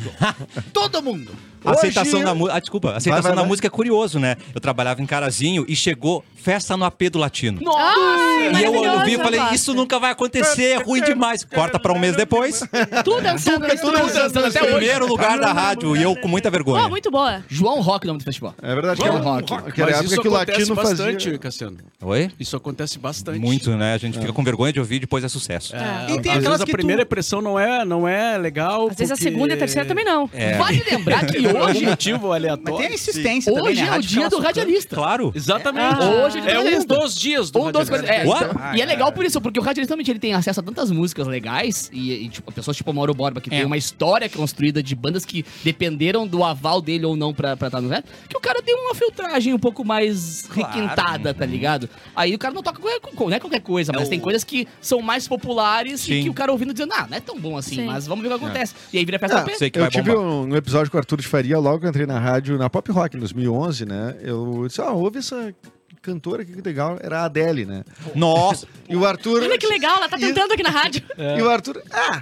C: todo mundo.
F: A aceitação
B: Hoje-
F: da música. Ah, desculpa. A aceitação
B: Vai, vai,
F: da
B: vai.
F: música é curioso, né? Eu trabalhava em Carazinho e chegou festa no AP do Latino.
D: Ai,
F: E eu ouvi e
D: maravilhosa
F: falei,
D: festa.
F: isso nunca vai acontecer, é ruim demais. Corta pra um mês depois,
D: Tu dançando. né?
A: Todo mundo dançando até hoje.
F: primeiro lugar da rádio, e eu com
D: Pô,
F: muita vergonha.
D: muito boa.
A: João Rock, o nome do festival.
B: É verdade que
A: João
B: era,
A: Rock.
B: que era a
E: Mas
B: época
E: isso
B: que o
E: acontece
B: latino
E: bastante,
B: fazia...
E: Cassiano.
F: Oi?
E: Isso acontece bastante.
F: Muito, né? A gente fica com vergonha de ouvir, depois é sucesso.
E: É,
C: E tem
E: às
C: aquelas
E: vezes a
C: que tu-
E: primeira impressão não é, não é legal.
D: Às vezes a
E: porque-
D: segunda e a terceira também não.
F: É.
A: Vale lembrar que
E: Por algum
A: hoje,
E: motivo
C: Mas tem a
E: aleatório.
C: insistência também,
A: hoje é
C: né? A
A: o
C: rádio
A: dia
C: fica
A: do
C: lá soltando.
A: radialista.
F: Claro.
E: Exatamente.
A: Ah. Hoje ele
E: é
A: tá
E: um
A: lendo.
E: dos dias do
A: Um, dois,
E: radialista.
A: coisas. É,
F: What?
A: então-
C: Ah,
A: e é
C: é.
A: legal por isso, porque o Rádio realmente ele tem acesso a tantas músicas legais e, e, tipo, pessoas tipo o Mauro Borba, que tem uma história construída de bandas que dependeram do aval dele ou não pra estar no reto, que o cara tem uma filtragem um pouco mais
C: Claro.
A: requintada, tá ligado? Aí o cara não toca qualquer, co- não é qualquer coisa, mas
C: o-
A: tem coisas que são mais populares e
F: Sim.
A: que o cara ouvindo dizendo, ah, não é tão bom assim,
D: Sim.
A: mas vamos ver o que acontece. E aí vira festa
B: Ah,
A: ao pé.
F: Sei que
B: eu
F: vai
B: tive
F: bombar.
B: um, um episódio com o Arthur de Faria logo que eu entrei na rádio, na Pop Rock em 2011, né? Eu disse, ah, ouve essa cantora aqui que legal, era a Adele, né?
F: Nossa.
B: E o Arthur...
D: Olha que legal, ela tá tentando aqui na rádio.
B: E o Arthur, ah,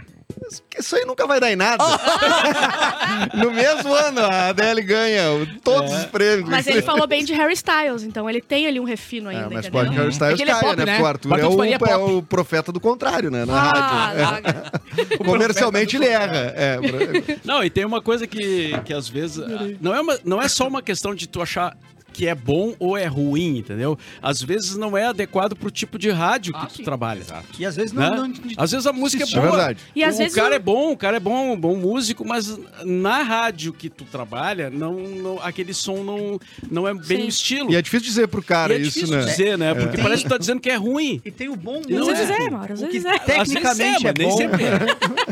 B: isso aí nunca vai dar em nada. no mesmo ano, a Adele ganha o- todos os prêmios.
D: Mas ele falou bem de Harry Styles, então ele tem ali um refino
B: É,
D: ainda,
B: mas
D: entendeu?
B: pode que o Styles
A: É que ele é
B: caia,
A: pop,
B: né?
A: né?
B: Porque o Arthur é
A: Arthur de
B: o,
A: Faria é
B: é
A: pop.
B: o profeta do contrário, né? Na rádio.
D: Ah, droga.
B: Comercialmente ele erra. É, pro-
E: Não, e tem uma coisa que, que às vezes. ah, Não é, uma- não é só uma questão de tu achar que é bom ou é ruim, entendeu? Às vezes não é adequado pro tipo de rádio
A: Ah,
E: que
A: sim.
E: tu trabalha.
C: E às vezes não.
E: Né?
C: não-
E: Às vezes a música é
B: É
E: boa.
B: verdade.
D: E às
E: o
D: vezes
E: cara
D: o-
E: é bom, o cara é bom, um bom músico, mas na rádio que tu trabalha, não, não- aquele som não, não é bem
D: Sim.
E: o estilo.
B: E é difícil dizer pro cara
E: E é
B: isso,
E: difícil
B: né?
E: dizer, né? Porque
C: Tem-
E: parece que tu tá dizendo que é ruim.
C: E tem o bom
E: Não
D: Às
E: é.
D: vezes é, Mauro. Às
C: O que
D: vezes é.
C: tecnicamente é,
E: Às vezes é, mas nem
C: bom.
E: sempre
B: né?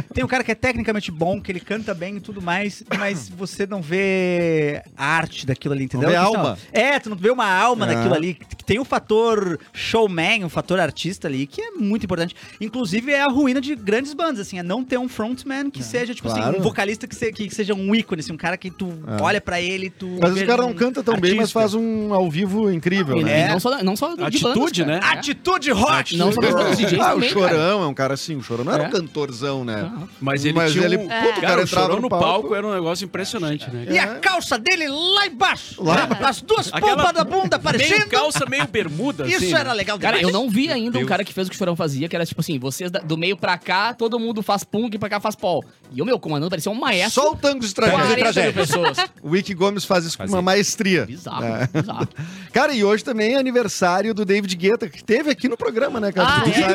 C: Tem o cara que é tecnicamente bom, que ele canta bem e tudo mais, mas você não vê a arte daquilo ali, entendeu?
B: Não vê
C: Assim,
B: alma.
C: ó, É, tu não vê uma alma
B: Ah.
C: daquilo ali. que Tem o fator showman, o fator artista ali, que é muito importante. Inclusive, é a ruína de grandes bandas, assim, é não ter um frontman que seja, tipo
B: Ah, claro.
C: assim, um vocalista que, se- que seja um ícone, assim, um cara que tu
B: Ah.
C: olha pra ele, tu.
B: Mas
C: vê
B: o cara
C: um
B: não canta tão bem, mas
C: artista.
B: faz um ao vivo incrível,
A: E
B: né?
A: Não só, não só de
E: Atitude,
A: bandas, cara.
E: né?
A: É.
C: Atitude rock!
A: Não só das bandas DJs
B: Ah, o
A: também, cara.
B: Chorão é um cara assim, o Chorão não era
A: É.
B: um cantorzão, né?
A: Ah,
E: Mas ele
B: Mas
E: tinha
B: ele-
E: um...
B: É. puta, o cara
E: o
B: entrava
E: chorão
B: no
E: no palco,
B: palco.
E: era um negócio impressionante, né?
C: E a calça dele lá embaixo!
B: Lá-
C: As duas
E: Aquela-
C: pompas da bunda
E: Meio
C: aparecendo!
E: calça, meio bermuda,
C: Isso
E: assim,
C: era
E: né?
C: legal
A: Cara,
C: demais.
A: eu não vi ainda um cara que fez o que o Chorão fazia, que era tipo assim, vocês da- do meio pra cá, todo mundo faz punk, pra cá faz pol. E o meu comandante parecia um maestro
B: Só o tango de
A: com
F: Tango
B: tragédia.
A: 40
F: de
A: mil
F: tragédia.
A: pessoas.
B: O Wiki Gomes faz isso com
F: Fazia.
B: uma maestria.
A: Bizarro,
B: É.
A: bizarro.
B: Cara, e hoje também é aniversário do David Guetta, que teve aqui no programa, né, cara?
D: Ah,
B: Tu
D: é?
B: sabe?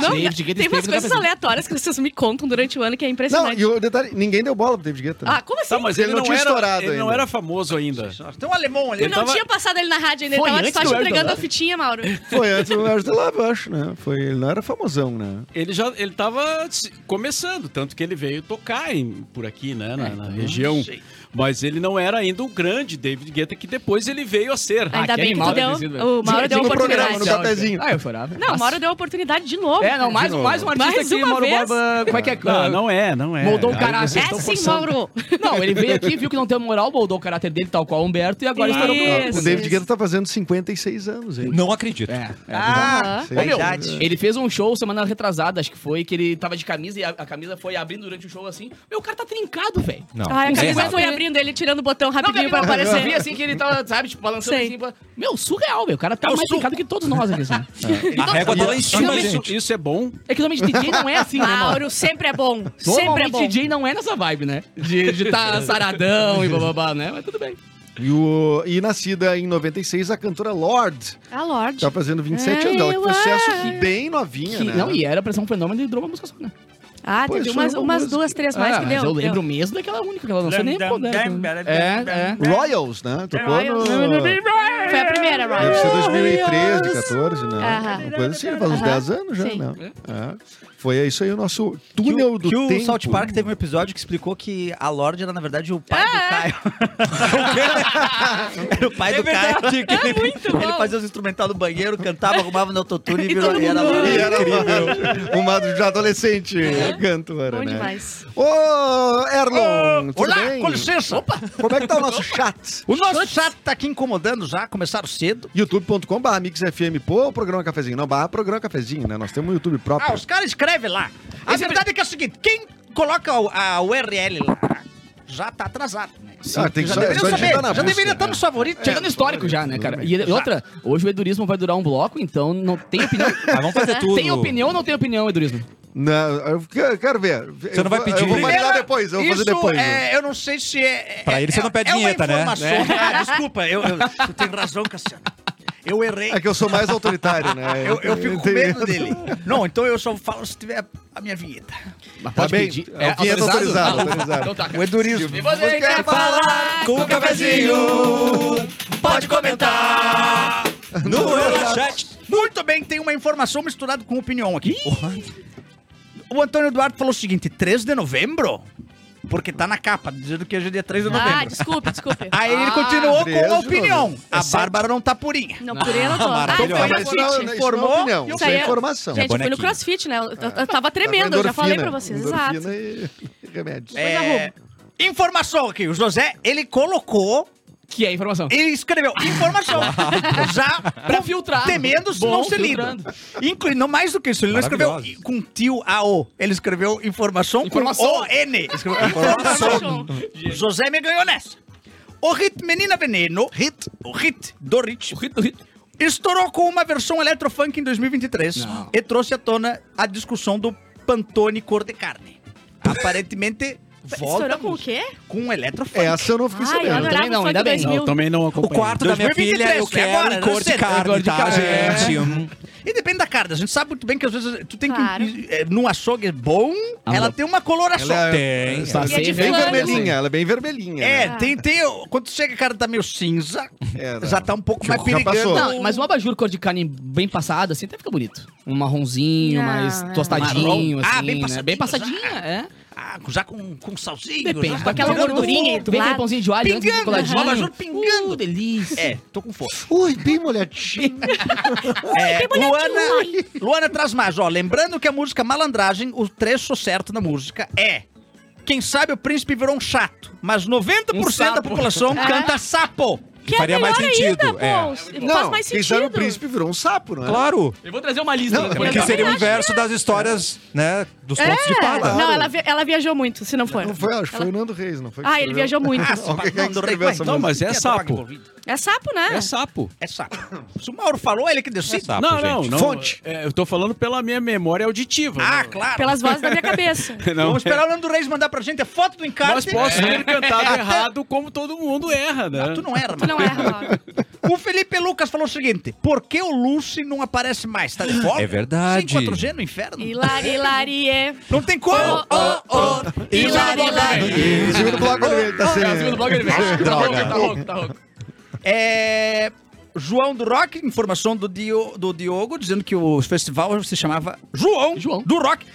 D: Não,
A: David Guetta esteve
D: tem umas
A: no
D: coisas
A: cafezinho.
D: aleatórias que vocês me contam durante o ano que é
B: Não,
D: impressionante.
B: e o detalhe, ninguém deu bola pro David Guetta. né?
D: Ah, como assim?
E: Tá, mas
B: Ele
E: ele,
B: não
E: não,
B: tinha
E: era,
B: estourado
E: ele não
B: ainda.
E: era famoso ainda.
C: Tem um alemão ali.
D: Tu
E: ele
D: não
E: tava-
D: tinha passado ele na rádio ainda,
A: Foi
D: então
A: antes
D: só
A: do Elton,
D: entregando
A: né?
D: a fitinha, Mauro.
B: Foi antes do Lars Love, eu acho, né? Foi, ele não era famosão, né?
E: Ele já ele tava se- começando, tanto que ele veio tocar em- por aqui, né, na, na região. Mas ele não era ainda o grande David Guetta que depois ele veio a ser.
A: Ah,
D: Ainda
A: que
D: bem que tu
A: animal
D: deu.
A: deve ser,
D: O Mauro
A: velho.
D: deu a
B: No programa,
D: oportunidade.
B: no cafezinho.
A: Ah, eu chorava.
D: Não, o Mauro deu a oportunidade de novo.
A: É, não, mais,
B: novo.
A: mais um artista
D: Mais
A: que
D: uma
A: Mauro
D: vez?
A: Borba... Como é que é?
E: Não, não é, não é.
A: Moldou um o
E: Aí
A: caráter.
E: vocês
D: É
E: tão
D: sim,
E: forçando.
D: Mauro.
A: Não, ele veio aqui, viu que não tem moral, moldou o caráter dele, tal qual o Humberto, e agora estourou pro
B: O
D: Isso,
B: David
D: isso.
B: Guetta tá fazendo 56 anos, hein?
F: Não acredito.
C: Ah,
D: Aham.
B: Sei
A: Ô,
B: lá.
A: meu,
C: Verdade.
A: ele fez um show semana retrasada, acho que foi, que ele tava de camisa e a, a camisa foi abrindo durante o show assim. Meu, o cara tá trincado, velho.
F: um Não.
D: Ai, a
A: Não,
D: camisa
A: não.
D: foi abrindo ele, tirando o botão rapidinho pra
A: Eu vi
D: aparecer.
A: assim que ele tava, sabe, tipo, balançando
D: Sei.
A: assim. pra- Meu, surreal, meu. O cara
E: É
A: tá
E: o
A: mais
E: suco.
A: trincado que todos nós aqui, assim.
F: A régua tá lá em
E: Ah,
F: cima,
E: mas isso,
F: gente.
E: isso é bom.
A: É que normalmente DJ não é assim, né, mano?
D: Mauro, sempre é bom. Sempre é
A: Normalmente
D: bom.
A: DJ não é nessa vibe, né? De estar saradão e bababá, né? Mas tudo bem.
B: E, o, e nascida em 96, a cantora Lorde
D: A Lorde.
B: tá fazendo 27 anos. Ela que foi
D: Eu
B: sucesso
D: acho.
B: bem novinha,
A: Que-
B: né?
A: Não, e era pra ser um fenômeno e durou uma música só, né?
D: Ah,
B: Pô,
D: teve
B: isso
D: umas,
B: é uma
D: umas
B: música.
D: duas, três mais
A: Ah,
D: que
A: mas
D: deu.
A: eu
D: deu.
A: lembro mesmo daquela única que ela lançou, nem qual dela. É, é.
B: Royals, né? Tocou no...
D: Foi a primeira,
B: Deve ser
D: Ryan.
B: 2013, 14, né?
D: Aham.
B: Uma coisa assim, faz uns
D: Aham.
B: 10 anos já,
D: Sim.
B: né? É. Foi isso aí o nosso túnel do
C: que o
B: tempo.
C: South Park teve um episódio que explicou que a Lorde era, na verdade, o pai do Caio. era o pai do Caio.
D: É
C: Ele
D: muito bom.
C: fazia os instrumental no banheiro, cantava, arrumava no autotune e,
D: E
C: virou
D: todo
C: e era
D: mundo-
C: Lorde.
B: E era incrível. Uma de adolescente cantora,
D: Bom
B: né?
D: demais.
B: Ô, Erlon, tudo
C: Olá,
B: bem?
C: com licença.
B: Como é que tá o nosso chat?
C: O nosso chat tá aqui incomodando já, começaram cedo.
B: youtube.com.br mixfm, pô, programa cafezinho. Não, barra programa cafezinho, né? Nós temos um YouTube próprio.
C: Ah, os caras escrevem lá. A verdade é que é o seguinte, quem coloca o- a URL lá já tá atrasado, né?
B: Ah, tem que
C: Já
B: só,
C: deveria
B: só digitar na
C: saber, já
B: busca. né? É.
C: deveria tá estar nos favoritos.
A: Chegando
C: É,
A: histórico já, né, cara? E outra, hoje o edurismo vai durar um bloco, então não tem opinião.
F: Mas vamos fazer tudo.
A: É. Tem opinião ou não tem opinião, edurismo?
C: tá-
B: Não, eu que- quero ver. Você
F: não vai pedir.
B: Eu vou validar
C: Primeira,
B: depois, eu vou fazer
C: isso
B: depois. né?
C: É, eu não sei se é. é-
F: Pra ele você
C: é-
F: não pede
C: é uma
F: vinheta, né?
C: informação- Ah, desculpa, eu, eu, você tem razão, Cassiano. Eu errei.
B: É que eu sou mais autoritário, né?
C: Eu, eu fico com
B: Tem-
C: medo dele. Não, então eu só falo se tiver a minha vinheta.
A: Mas
B: Tá bem, é, vinheta autorizada,
A: Ah,
B: autorizada.
A: Então tá, cara.
B: O edurismo.
A: E você quer
F: falar com o cafezinho, pode comentar no Eurochat.
C: Muito bem, tem uma informação misturada com opinião aqui. O Antônio Eduardo falou o seguinte: 3 de novembro? Porque tá na capa, dizendo que hoje é dia 3 de
D: Ah,
C: novembro.
D: desculpe, desculpe.
C: Aí
F: Ah.
C: ele continuou
B: três
C: com a
B: de
C: opinião.
B: novembro. É
C: A Bárbara não tá purinha.
D: Não, por ele eu tô. Ah,
F: maravilhosa.
D: foi
B: Mas
D: no
B: isso não,
D: Twitch.
B: isso não
C: Informou
B: é opinião, isso é
D: Saiu-
B: informação.
D: Gente, foi no
F: bonequinho.
D: crossfit, né? Eu, eu- eu tava
B: Tá com
D: tremendo, eu já falei pra
B: endorfina,
D: vocês.
B: endorfina
D: Exato.
B: e remédios.
C: É, informação aqui. O José, ele colocou
A: Que é informação.
C: e escreveu informação. já
A: Pra
C: com-
A: filtrar.
C: Temendo se
A: Bom,
C: não ser lido.
A: filtrando.
C: Inclui, não mais do que isso. Ele não escreveu
F: Maravilhosa.
C: com tio AO. Ele escreveu informação,
A: Informação.
C: com ON. Escreveu informação. José me ganhou nessa. O hit Menina Veneno. Hit. O hit do Rich. Estourou com uma versão eletrofunk em 2023
A: Não.
C: e trouxe à tona a discussão do Pantone cor de carne. Aparentemente,
D: Estourou com o quê?
C: com um eletrofunk.
B: Essa eu não fiquei
D: Ai, eu
B: sabendo.
A: também
D: adorava
A: não,
D: o funk
A: ainda bem.
D: 2000.
E: Não, também não
C: O
E: acompanhei.
C: quarto da minha filha,
F: 2023,
C: eu quero
F: agora,
C: cor
F: não
C: de
F: sei,
C: carne,
F: cor um de
C: tá,
F: carne.
C: gente? E depende da carne. A gente sabe muito bem que às vezes tu tem
D: Claro.
C: que... é, Num açougue bom,
A: Ah,
C: ela
A: mas-
C: tem uma coloração.
B: Ela
F: Tem.
B: Ela
A: Está
B: é
A: sempre
B: bem
D: flango,
A: assim.
B: vermelhinha, ela é bem vermelhinha.
C: É,
D: né?
C: tem, tem... Quando chega, a cara tá meio cinza,
B: É, não.
C: já tá um pouco
B: Já
C: mais perigando.
B: passou.
A: Não, mas um abajur cor de carne bem passado, assim, até fica bonito. Um marronzinho,
D: Não,
A: mais
D: é.
A: tostadinho,
C: Marrom.
A: assim,
C: Ah, bem
A: né?
C: passadinho,
A: Bem passadinha, é.
C: Ah, já com, com salsinho.
A: Depende.
C: já
A: tá
D: aquela
A: pingando
D: gordurinha
A: fogo,
D: aí do
A: Vem aquele
D: lado.
A: pãozinho de alho antes do
C: Pingando,
A: coladinho.
C: né? um abajur pingando.
A: Uh, delícia.
B: assim.
C: É, tô com fome.
B: Ui, bem molhadinha.
C: É,
D: bem
C: Luana,
D: bonitinho,
C: Luana traz mais, ó. Lembrando que a música Malandragem, o trecho certo da música é. Quem sabe o príncipe virou um chato, mas 90%
A: Um sapo.
C: da população
D: É.
C: canta sapo.
D: Que
F: Faria
D: é
F: mais
D: melhor
F: sentido,
D: Ainda, pô. Faz
B: Não,
D: mais
B: quem
D: sentido.
B: sabe o príncipe virou um sapo, não é?
F: Claro.
A: Eu vou trazer uma lista.
B: Não,
A: depois
F: Porque
A: da-
F: seria o inverso das histórias, né? Dos contos de
D: É.
F: fada.
D: Não, ela, vi- ela viajou muito, se não for.
B: Não foi, acho que foi o Nando Reis, não foi?
D: Ah, ele viajou muito.
B: Alguém que escreveu essa
E: Não,
B: música.
E: mas é sapo.
D: É sapo, né?
E: É sapo.
C: É sapo. Se o Mauro falou, ele que decide.
F: É sapo.
E: não,
F: gente.
E: não, não.
C: Fonte.
E: É, eu tô falando pela minha memória auditiva.
C: Ah,
E: né?
C: claro.
D: Pelas vozes da minha cabeça.
E: Não,
C: Vamos
E: é.
C: esperar o Nando Reis mandar pra gente a foto do encarte.
E: Mas posso
C: É.
E: ter cantado errado como todo mundo erra, né?
C: Ah, tu não era,
D: Tu não
C: mano.
D: erra, Mauro.
C: O Felipe Lucas falou o seguinte: Por que o Lucy não aparece mais? Tá de fora?
F: É verdade.
C: 4G no inferno?
D: Hilari, é. hilarie.
C: Não tem como.
D: Oh, oh, oh. Hilari, hilari.
B: O segundo bloco dele tá
A: É, o segundo
B: sendo.
A: bloco ele vem. Tá rouco, tá rouco, tá rouco.
C: É. João do Rock, informação do, Dio- do Diogo, dizendo que o festival se chamava João,
A: João.
C: do Rock.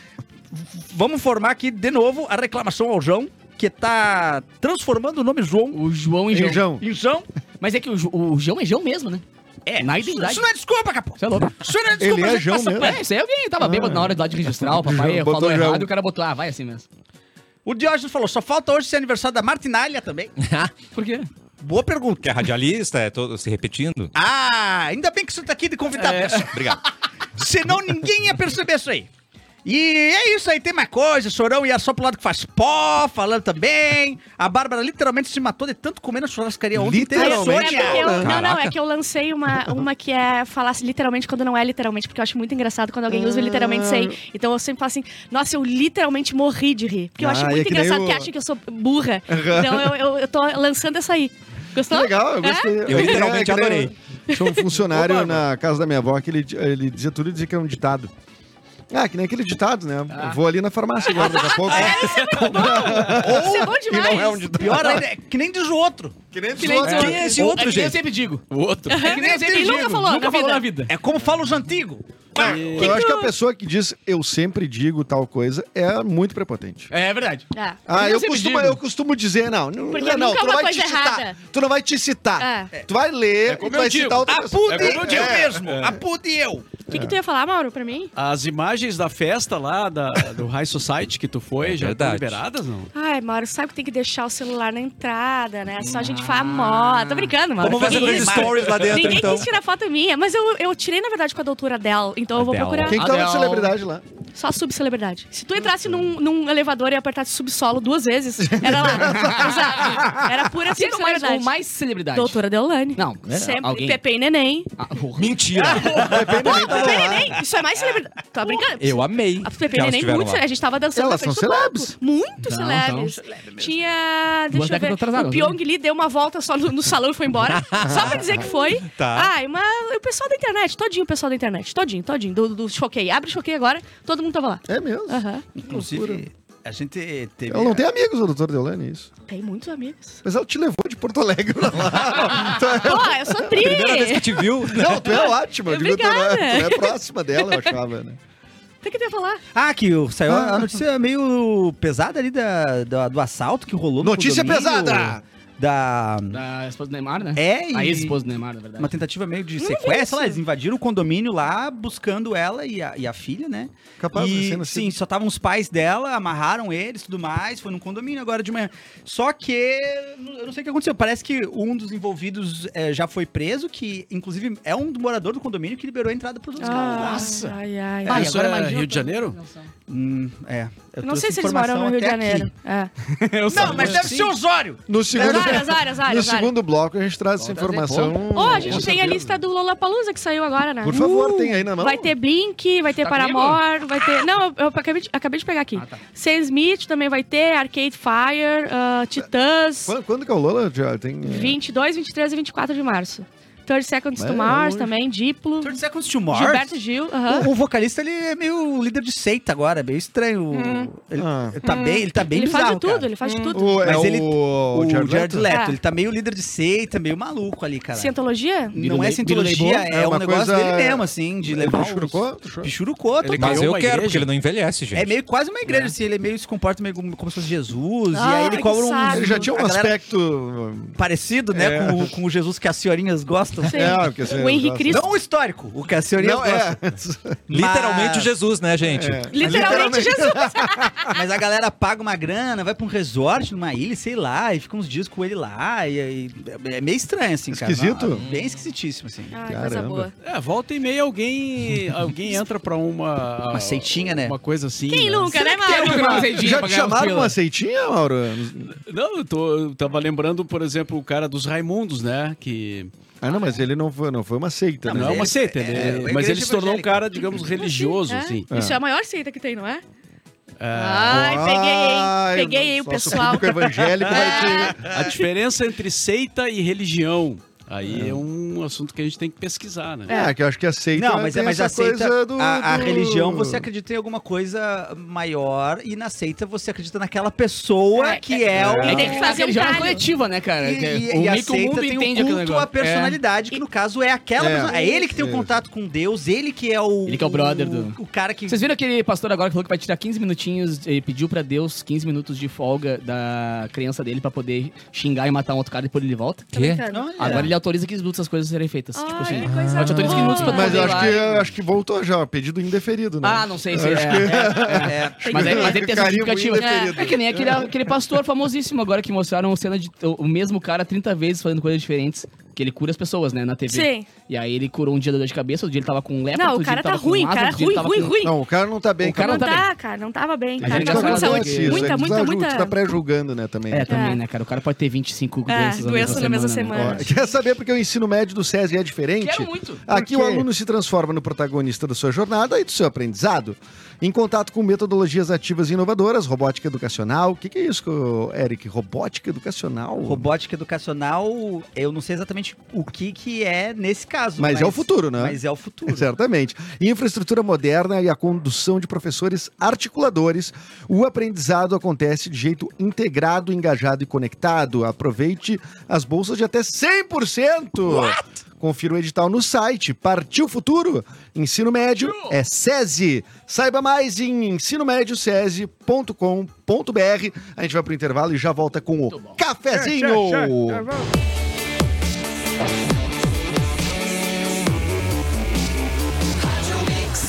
C: Vamos formar aqui de novo a reclamação ao João, que tá transformando o nome João
A: O João e João.
B: Feijão.
C: em João.
A: Mas é que o, Ju- o João é João mesmo, né?
C: É,
A: Na
C: isso,
A: identidade.
C: isso não é desculpa, capô.
A: Você é louco.
C: Isso não é desculpa,
B: Ele é
C: a gente
B: João
C: passa
B: mesmo.
C: pano.
A: É, isso aí alguém tava bêbado na hora lá de registrar, o papai
B: João,
A: falou
B: botou
A: errado
B: João.
A: e o cara botou, ah, vai assim mesmo.
C: O Diógenes falou, só falta hoje ser aniversário da Martinália também.
A: Por quê?
C: Boa pergunta.
F: Que é radialista, é todo se repetindo.
C: Ah, ainda bem que você tá aqui de convidado, pessoal.
F: Obrigado.
C: Senão ninguém ia perceber isso aí. E é isso aí, tem mais coisa. Chorão ia só pro lado que faz pó, falando também. A Bárbara literalmente se matou de tanto comer na churrascaria ontem. teve
B: Literalmente,
C: insônia.
D: É porque eu- não, não,
F: Caraca.
D: é que eu lancei uma, uma que é falar se literalmente quando não é literalmente, porque eu acho muito engraçado quando alguém usa o literalmente sem. Então eu sempre falo assim, nossa, eu literalmente morri de rir. Porque eu
B: Ah,
D: acho
B: é
D: muito
B: que nem
D: engraçado
B: o-
D: que acha que eu sou burra. Então eu, eu, eu tô lançando essa aí. Gostou?
B: Legal, eu
D: É?
B: gostei.
F: Eu literalmente
B: É, que nem-
F: adorei.
B: Tinha um funcionário na casa da minha avó que ele, ele dizia tudo e dizia que era um ditado. Ah, que nem aquele ditado, né? Eu Vou ali na farmácia agora, daqui a pouco.
D: É, Isso é bom
B: E não é um
D: demais.
B: ditado.
C: Pior ainda, é que nem diz o outro.
B: Que nem
A: Que nem
B: outro.
A: esse
F: Quem é esse outro,
A: é que nem eu
F: gente?
A: sempre digo.
E: O outro.
A: É que nem eu sempre
D: Ele
A: digo.
D: nunca falou na vida.
A: na vida.
C: É como falam os antigos.
B: Eu acho que a pessoa que diz eu sempre digo tal coisa é muito prepotente.
A: É verdade.
D: É.
B: Ah, eu,
A: sempre
B: costumo,
A: digo.
B: eu costumo dizer, não. não
D: Porque
B: não, não,
D: nunca
B: tu
D: é
B: não
D: uma
B: vai te
D: coisa
B: citar.
D: errada. Ah.
B: Tu não vai te citar. É. Tu vai ler,
E: como
B: tu vai
E: eu digo,
B: citar outra
C: A
B: pessoa.
C: Ah, pude
E: É como eu digo.
C: eu mesmo. A pude eu.
D: O que, que tu ia falar, Mauro, pra mim?
E: As imagens da festa lá, da- do High Society que tu foi, já estão
F: É verdade.
E: liberadas, não?
D: Ai, Mauro, sabe que tem que deixar o celular na entrada, né? Só
F: Ah.
D: gente famosa. Tô brincando, Mauro.
F: Vamos fazer
D: Que
F: dois
D: isso?
F: stories lá dentro,
D: Ninguém
F: então.
D: quis tirar foto minha, mas eu, eu tirei, na verdade, com a doutora Dell, então eu vou
F: Adele.
D: procurar.
B: Quem que tá na
A: Adele.
B: celebridade lá?
D: Só subcelebridade. Se tu entrasse num, num elevador e apertasse subsolo duas vezes, era lá. Exato. Era pura
A: Quem é o mais,
D: subcelebridade.
A: o mais celebridade?
D: Doutora Deolane.
A: Não, é,
D: Sempre.
A: alguém.
D: Pepe e Neném.
A: Ah, porra.
F: Mentira.
D: Pô, Pepe e Neném. Isso é mais celebridade. Tá brincando?
F: Eu amei.
D: A
F: que
D: Pepe e
F: elas
D: Neném,
F: tiveram
D: muito.
F: lá.
D: A gente tava dançando
B: Elas
D: na frente
B: são
D: do palco.
B: celebres.
D: Muito
A: São,
D: celebres. Tinha.
A: Duas
D: Deixa eu
A: décadas
D: ver.
A: atrasadas,
D: o
A: né?
D: Pyong Lee deu uma volta só no, no salão e foi embora. só pra dizer que foi.
F: Tá.
D: Ai, mas o pessoal da internet, todinho o pessoal da internet, todinho, todinho. Do, do choquei. Abre o choquei agora, todo mundo tava lá.
B: É mesmo.
D: Aham.
C: Inclusive, é. a gente teve...
B: Ela não tem amigos, o doutor Deolane, é isso.
D: Tem muitos amigos.
B: Mas ela te levou de Porto Alegre pra lá. Tu é-
D: Pô, eu sou tri!
F: Primeira vez que te viu.
B: Não, tu é ótima. Eu digo, tu, não é,
D: Obrigada.
B: tu é próxima dela, eu achava, né?
D: Tem que ter falar.
C: Ah, que o- saiu a notícia meio pesada ali da, da- do assalto que rolou no
B: Notícia
C: condomínio,
B: pesada!
C: Da...
A: Da esposa do Neymar, né?
C: É, e...
A: A ex-esposa do Neymar, na verdade.
C: Uma tentativa meio de sequestro, lá, eles invadiram o condomínio lá, buscando ela e a, e a filha, né?
B: Capaz de
C: e,
B: ser nascido.
C: Sim, só estavam os pais dela, amarraram eles e tudo mais, foi num condomínio agora de manhã. Só que, n- eu não sei o que aconteceu, parece que um dos envolvidos eh, já foi preso, que inclusive é um morador do condomínio que liberou a entrada pros
D: Ah.
C: outros caras. lá.
D: Nossa. Ai, ai.
A: Ah, e
E: Isso
A: agora
E: é
A: imagina
E: Rio de
A: todo-
E: Janeiro?
A: Não são.
C: Hum, é. Eu
D: não
C: trouxe
D: sei se eles
C: informação
D: moram no Rio de
C: até aqui.
D: Janeiro. É.
C: Não, mas deve ser Osório.
B: No segundo
D: Claro, Várias, várias,
B: No
D: várias. várias.
B: segundo bloco a gente traz essa
A: Vamos trazer
B: informação.
D: Ó, a gente
B: Com
D: tem a
B: certeza.
D: lista do Lollapalooza que saiu agora, né?
B: Por favor, tem aí na mão.
D: Vai ter Blink, vai ter
A: Tá
D: Paramore, vai ter... Não, eu, eu acabei, de, acabei de pegar aqui. Sam Smith também vai ter, Arcade Fire, ah, Titãs,
B: Quando, quando que é o Lola? Já tem. é,
D: 22, 23 e 24 de março. 30 Seconds
B: É,
D: to Mars
B: hoje.
D: também, Diplo,
C: Thirty Seconds to Mars.
D: Gilberto Gil, aham.
C: O, o vocalista, ele é meio líder de seita agora, é meio estranho. Ele,
B: Ah.
C: ele tá bem, ele tá bem
D: Ele faz de
C: bizarro,
D: tudo,
C: cara.
D: ele faz de tudo.
B: O, é
C: Mas ele-
B: o,
C: O Jared, Leto,
D: É.
C: ele tá meio líder de seita, meio maluco ali, cara.
D: Cientologia?
A: Biro
C: Não
A: Lei-
C: é
A: Biro
C: cientologia,
A: Leibon?
B: É
C: é um
B: uma
C: negócio
B: coisa- é
C: dele mesmo, assim, de
B: Ele
C: levar uns-
B: pichurucou? Pichurucou?
C: Pichurucou,
B: é
E: Ele
C: total.
F: Mas
E: criou
F: eu
E: uma
F: quero,
E: igreja.
F: porque ele não envelhece, gente.
C: É meio quase uma igreja, assim, ele meio se comporta meio como como se fosse Jesus, e aí
D: Ai,
C: ele
D: Ah, que
C: cobra um...
D: saco.
B: Ele já tinha um
C: a galera
B: aspecto.
C: parecido, né,
B: É.
C: com, o, com o Jesus que as senhorinhas gostam.
D: Sim.
B: É, porque, assim,
D: O Henrique
B: gosta-
D: Cristo.
C: Não o histórico, o que as senhorinhas
B: Não,
C: gostam.
B: é.
F: Literalmente
C: Mas-
F: Jesus, né, gente?
B: É.
D: Literalmente Jesus.
C: Ah, Mas a galera paga uma grana, vai pra um resort numa ilha, sei lá, e fica uns dias com ele lá. E, e- é meio estranho, assim, cara.
B: Esquisito?
C: Não, bem esquisitíssimo, assim.
D: Ai, Ah, coisa
B: Caramba.
D: boa.
E: É, volta e meia alguém, alguém entra pra uma...
C: Uma seitinha, né?
E: Uma coisa assim.
D: Quem
E: né?
D: nunca, né, Mauro?
B: Já
A: um
B: te chamaram uma aceitinha, Mauro?
E: Não, eu, tô, eu tava lembrando, por exemplo, o cara dos Raimundos, né? Que
B: Ah, não, mas ele não foi, não foi uma seita,
E: não
B: né?
E: é uma
C: ele-
E: seita, ele-
C: é, uma
E: mas ele
C: igreja
E: se tornou um
C: evangélica.
E: cara, digamos, religioso, assim.
D: É. Ah, Isso é a maior seita que tem, não é?
E: É,
D: Ai,
B: Ai,
D: peguei, hein? Peguei, hein, o
B: só
D: pessoal. É,
B: Se o público evangélico vai ter...
E: a diferença entre seita e religião. Aí é. um assunto que a gente tem que pesquisar, né?
B: É, que eu acho que a seita
C: Não, mas, é-
B: tem
C: mas
B: essa
C: a seita,
B: coisa do...
C: a, a
B: do-
C: religião, você é acredita em alguma coisa maior e na seita você acredita naquela pessoa
D: É,
C: que é, o...
A: É,
D: E
A: tem que fazer
D: um
A: religião é
D: talho.
A: coletiva, né, cara?
C: E,
A: Que é-
C: e-
A: o
C: e a
A: meio que o
C: seita
A: mundo entende
C: tem um
A: aquele
C: culto à
A: negócio. É.
C: personalidade, que no caso é aquela
B: É.
C: pessoa. É ele que tem o
B: É.
C: contato com Deus, ele que é o...
A: Ele que é o brother do-
C: O cara
A: É.
C: que...
A: Vocês viram aquele pastor agora que falou que vai tirar 15 minutinhos, ele pediu pra Deus 15 minutos de folga da criança dele pra poder xingar e matar um outro cara e depois ele volta?
F: Quê?
C: Olha.
A: Agora ele autoriza 15 minutos as coisas serem feitas.
D: Ai,
A: tipo assim,
D: que coisa
A: eu te autorizo 15 minutos pra tu
D: boa.
B: Mas eu
A: poder ir
B: acho
A: lá
B: que,
A: e-
B: eu acho que voltou já, ó, pedido indeferido, né?
A: Ah, não sei se é. é, é.
C: É.
A: Mas, é, mas ele tem essa
B: Carimbo
A: justificativa.
B: indeferido.
A: É, é que nem aquele, aquele pastor famosíssimo agora que mostraram cena de o mesmo cara 30 vezes fazendo coisas diferentes. Que ele cura as pessoas, né, na TV.
D: Sim.
A: E aí ele curou um dia da dor de cabeça, outro dia ele tava com lepra,
D: Não,
A: outro
D: o
A: dia ele
D: cara tá
A: tava
D: ruim,
A: com um asma,
D: cara
A: outro dia ele
D: ruim,
A: tava
D: ruim,
A: com-
D: ruim.
B: Não, o cara não tá bem.
A: O cara
D: não
A: não tá
D: tá, cara, não tava bem.
A: A
D: Cara,
A: gente
D: tá
A: já
D: com muita
A: falou
D: saúde.
A: disso,
B: é
A: a
D: Muita, muita, muita.
B: Tu tá pré-julgando, né, também.
A: É,
B: né?
A: também, né, cara? O cara pode ter 25 doenças, na
D: É, doença
A: mesma
D: na mesma
A: semana.
D: semana.
A: né?
B: Ó, Quer saber porque o ensino médio do SESI é diferente?
A: Quero muito.
B: Aqui
A: Por
B: o
A: quê?
B: aluno se transforma no protagonista da sua jornada e do seu aprendizado. Em contato com metodologias ativas e inovadoras, robótica educacional. O que, que é isso, co- Eric? Robótica educacional?
C: Robótica educacional, eu não sei exatamente o que que é nesse caso.
B: Mas é o futuro, né?
C: Mas é o futuro.
B: Certamente. Infraestrutura moderna e a condução de professores articuladores. O aprendizado acontece de jeito integrado, engajado e conectado. Aproveite as bolsas de até 100%. Confira o edital no site. Partiu Futuro? Ensino Médio é SESI. Saiba mais em ensinomédiocese.com.br. A gente vai pro intervalo e já volta com o cafezinho.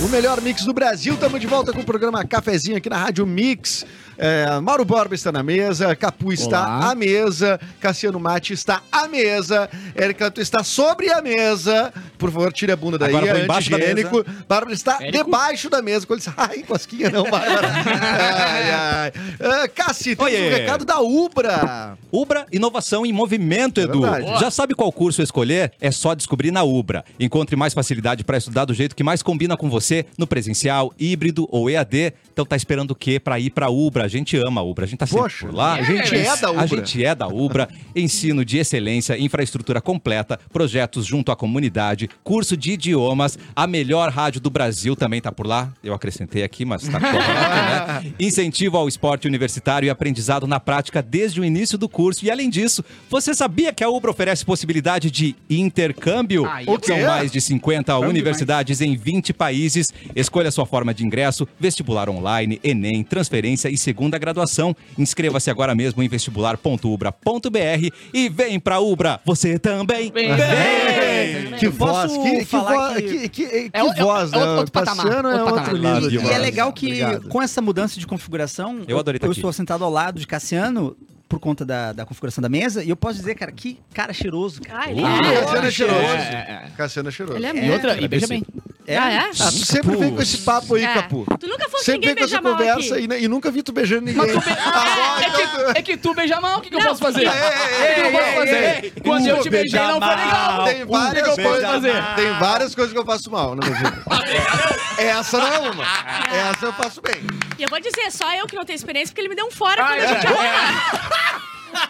B: O melhor mix do Brasil, estamos de volta com o programa Cafezinho aqui na Rádio Mix. É, Mauro Borba está na mesa, Capu está
A: Olá.
B: à mesa, Cassiano Mate está à mesa, Érica, tu está sobre a mesa. Por favor, tire a bunda daí,
F: Agora eu
B: é
F: vou embaixo da
B: antigênico. Bárbara está
A: Érico?
B: debaixo da mesa. Quando ele ai, cosquinha não, Bárbara. ai, ai. Ah, Cassi, tem
F: Oiê.
B: um recado da Ubra.
F: Ubra, inovação em movimento, Edu.
B: É verdade.
F: Já sabe qual curso escolher? É só descobrir na Ubra. Encontre mais facilidade para estudar do jeito que mais combina com você, no presencial, híbrido ou EAD. Então tá esperando o quê para ir para Ubra? A gente ama a Ubra, a gente tá sempre
B: Poxa,
F: por lá.
B: a gente é da Ubra.
F: A gente é da Ubra. Ensino de excelência, infraestrutura completa, projetos junto à comunidade, curso de idiomas, a melhor rádio do Brasil também tá por lá. Eu acrescentei aqui, mas tá correto, né? Incentivo ao esporte universitário e aprendizado na prática desde o início do curso. E além disso, você sabia que a Ubra oferece possibilidade de intercâmbio?
A: Ai,
B: Ah, o quê?
F: São mais de 50 universidades em 20 países. Escolha sua forma de ingresso, vestibular online, Enem, transferência e segunda graduação. Inscreva-se agora mesmo em vestibular.ubra.br e vem pra Ubra, você também.
A: Vem!
F: Vem!
B: Que
C: Eu posso
B: voz, que, que,
C: falar
B: voz,
C: que-
B: que, que, que
A: É o- é o-
B: voz,
A: é outro-
B: né?
A: outro patamar,
B: Cassiano é
A: outro
B: outro
A: patamar.
B: nível
C: E,
B: de
F: Lindo
C: é
B: voz.
C: legal que
B: Obrigado.
C: com essa mudança de configuração,
F: Eu adorei tá aqui.
C: estou sentado ao lado de Cassiano por conta da, da configuração da mesa e eu posso dizer, cara, que cara cheiroso, cara.
D: Ah, ele
B: Ah,
D: é.
B: Cassiano é cheiroso.
A: É, é, é.
B: Cassiano é cheiroso.
D: Ele é
A: E
D: muito.
A: outra, e veja bem,
C: É?
D: Ah, é?
B: Ah, tu sempre vem com esse papo aí,
D: É.
B: Capu.
D: Tu nunca falou que
B: Sempre vem
D: ninguém
B: com
D: beija
B: essa
D: mal
B: conversa
D: aqui.
B: e, e nunca vi tu beijando ninguém.
D: Ah,
B: Agora,
A: É
B: então,
A: que, é que tu beija mal, o que, que eu posso fazer?
B: Ei, ei,
A: O que eu posso
B: ei,
A: fazer?
E: É.
B: ei,
A: Quando
B: ei,
A: eu te beijei, não foi
D: Ah,
A: legal.
B: Tem
A: O que que eu
B: várias,
A: posso
B: coisas,
A: fazer?
B: tem várias coisas que eu faço mal na minha vida. Essa não é uma. Essa eu faço bem.
D: E eu vou dizer, só eu que não tenho experiência, porque ele me deu um fora quando a gente arrumou.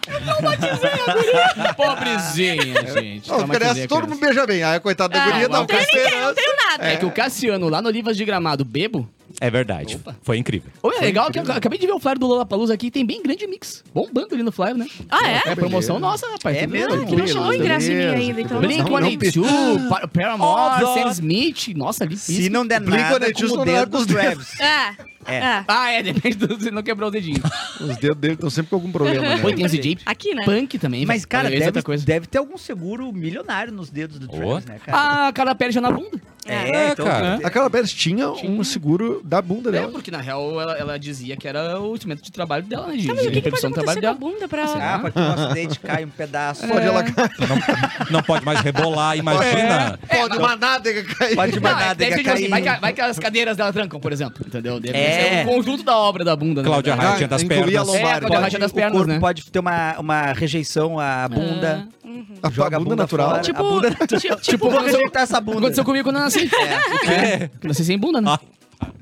A: Pobrezinha, gente.
B: Não,
A: Toma aqui,
B: parece
A: né,
B: que todo
A: criança.
B: mundo beija bem. Aí, coitado da
D: Ah,
B: guria, dá
D: não
B: um
D: tenho ninguém, não
B: cacete.
D: tenho nada.
A: É que o Cassiano, lá no Olivas de Gramado, bebo.
F: É verdade. Foi incrível.
A: Ô, é legal que eu acabei de ver o flyer do Lollapalooza aqui, tem bem grande mix. Bombando ali no flyer, né?
D: Ah, é?
A: É promoção nossa, rapaz.
C: É
A: tudo
C: mesmo?
A: bom,
D: Ah, que não
A: tudo
D: chegou
A: bom.
D: o ingresso em mim
B: beleza.
D: ainda, então...
A: Blink
B: Não, não pe-
A: 182, Pa- Paramore,
C: Ó,
A: Sam Smith, nossa, ali
C: Se não der
B: Blink
C: nada,
B: One
C: com
B: Two
C: o
B: não
C: dedo
B: larga
C: dos
B: os dedos.
C: Travis.
D: É,
C: É.
D: é.
A: Ah, é, depende do se não quebrar o dedinho. então
B: Os dedos dele estão sempre com algum problema, né?
A: Pô, tem os DJ
D: Aqui, né?
A: punk também.
C: Mas,
A: velho.
C: cara,
A: Essa é outra
C: deve,
A: coisa.
C: deve ter algum seguro milionário nos dedos do Travis, né, cara? então,
A: Ah, cara, pele já na bunda.
D: Tá,
F: É, cara.
C: deve ter.
B: Aquela Pérez tinha um seguro da bunda
A: É,
B: dela.
A: porque na real ela, ela dizia que era o instrumento de trabalho dela, né? De,
D: Tá, mas o
A: de
D: que, que pode
A: reprodução do
D: acontecer
A: trabalho
D: com a
A: dela.
D: bunda pra...
C: Ah, pode ter um acidente, cai um pedaço.
B: Pode ela
F: Não, não pode mais rebolar, imagina.
B: Pode uma nádega cair.
A: Não,
C: Pode uma
A: é, deve
C: nádega
A: ser tipo assim,
C: cair.
A: vai, que, vai que as cadeiras dela trancam, por exemplo. Entendeu? Deve
C: É.
A: ser o um conjunto da obra da bunda. né?
F: Cláudia
B: Ah,
F: Raia tinha das
B: incluía
F: pernas.
B: a lombar,
A: É,
B: né?
A: pode arranjar das
C: o
A: pernas,
C: corpo
A: né? É.
C: pode ter uma, uma rejeição à bunda.
B: Uhum. A
C: Joga a
B: bunda
C: bunda
B: natural.
C: fora.
D: Tipo,
C: a bunda-
D: tipo,
A: Tipo,
C: Vou
A: aconteceu,
C: rejeitar essa bunda.
A: aconteceu comigo quando eu nasci. É. Eu Nasci sem bunda, né?
F: Ah.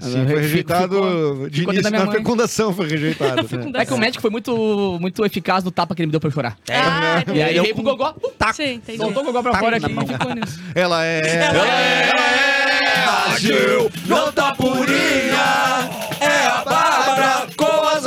B: Sim, foi rejeitado de
A: ficou
B: início
A: dentro da minha
B: na
A: mãe.
B: fecundação, foi rejeitado. né?
A: É que o médico foi muito, muito eficaz no tapa que ele me deu pra eu chorar.
D: Ah,
A: E aí eu
D: entendi.
A: veio pro gogó, pum,
C: taco.
D: Sim, entendi.
A: soltou o gogó pra
C: Tá
A: fora
C: na
A: aqui
C: mão.
A: e ficou nisso.
B: Ela é.
F: É a Gil, não tá purinha. É a Bárbara com as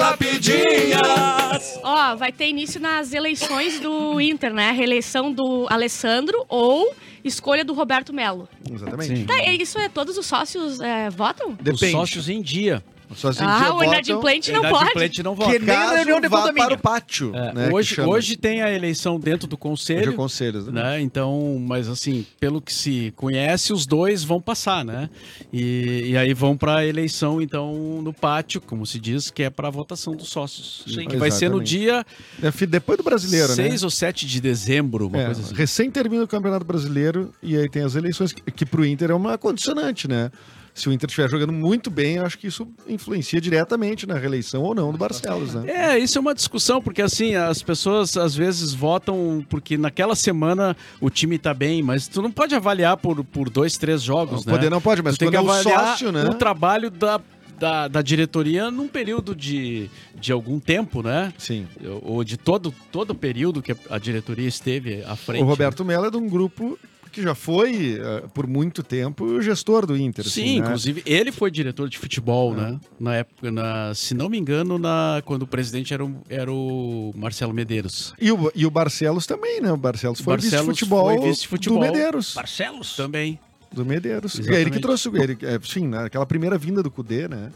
F: rapidinhas.
D: Ó, vai ter início nas eleições do Inter, né? Reeleição do Alessandro ou escolha do Roberto Melo.
B: é. Exatamente.
E: Sim.
D: Tá, e isso é todos os sócios é, votam?
E: Os
B: Depende.
E: sócios em dia.
B: Só se um
D: ah, o
B: votam,
D: inadimplente não
E: Idade de
D: pode.
E: plante não vota.
C: Que nem a
B: caso
C: reunião de
B: vá para
C: condomínio.
B: o pátio.
E: É,
B: né, que
E: hoje,
B: chama.
E: hoje tem a eleição dentro do
B: Hoje é
E: conselho,
B: conselhos. Né?
E: né? Então, mas assim, pelo que se conhece, os dois vão passar, né? E, e aí vão para a eleição, então, no pátio, como se diz, que é para votação dos sócios.
B: Sim.
E: Que vai ser no
B: Exatamente.
E: dia
B: É, fi- Depois do brasileiro,
E: 6
B: né?
E: ou 7 de dezembro, uma
B: É,
E: coisa assim.
B: Recém termina o Campeonato Brasileiro e aí tem as eleições, que, que pro Inter é uma condicionante, né? Se o Inter estiver jogando muito bem, eu acho que isso influencia diretamente na reeleição ou não do Barcelos, né?
E: É, isso é uma discussão, porque assim, as pessoas às vezes votam porque naquela semana o time tá bem, mas tu não pode avaliar por, por dois, três jogos,
B: O
E: né?
B: poder não pode, mas
E: tu tem
B: quando
E: que
B: é o
E: avaliar
B: sócio, né?
E: o trabalho da, da, da diretoria num período de, de algum tempo, né?
B: Sim.
E: Ou de todo todo o período que a diretoria esteve à frente.
B: O Roberto Mello é de um grupo que já foi, eh, por muito tempo, o gestor do Inter.
E: Sim,
B: assim, né? É.
E: inclusive ele foi diretor de futebol, né? Na época, na, se não me engano, na, quando o presidente era o, era o Marcelo Medeiros.
B: E o, e o Barcelos também, né? O Barcelos foi
E: Barcelos
B: vice-futebol
E: foi vice-futebol.
B: do Medeiros.
C: Barcelos?
E: Também.
B: Do Medeiros.
E: Exatamente.
B: É ele que trouxe o... Ele, é, sim, né, aquela primeira vinda do Cudê, né?